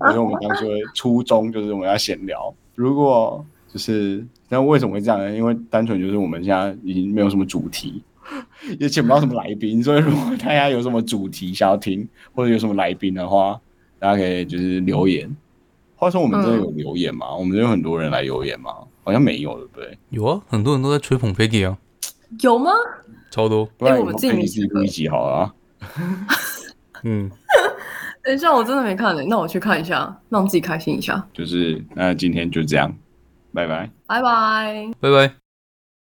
Speaker 1: 可是我们当初的初衷就是我们要闲聊。如果就是那为什么会这样呢？因为单纯就是我们现在已经没有什么主题， [LAUGHS] 也请不到什么来宾，所以如果大家有什么主题想要听，或者有什么来宾的话，大家可以就是留言。话说我们真的有留言吗？我们真的有很多人来留言吗？好像没有，对不对？
Speaker 2: 有啊，很多人都在吹捧 Peggy 啊，
Speaker 3: 有吗？
Speaker 2: 超多。
Speaker 1: 不然
Speaker 3: 哎我
Speaker 1: 以后
Speaker 3: 自己
Speaker 1: 看
Speaker 3: 没
Speaker 1: 你自己
Speaker 3: 记得
Speaker 1: 录一集好了啊、
Speaker 2: 嗯，
Speaker 3: 等一下，我真的没看呢、那我去看一下，让自己开心一下。
Speaker 1: 就是那今天就这样，拜拜。
Speaker 3: 拜拜。
Speaker 2: 拜拜。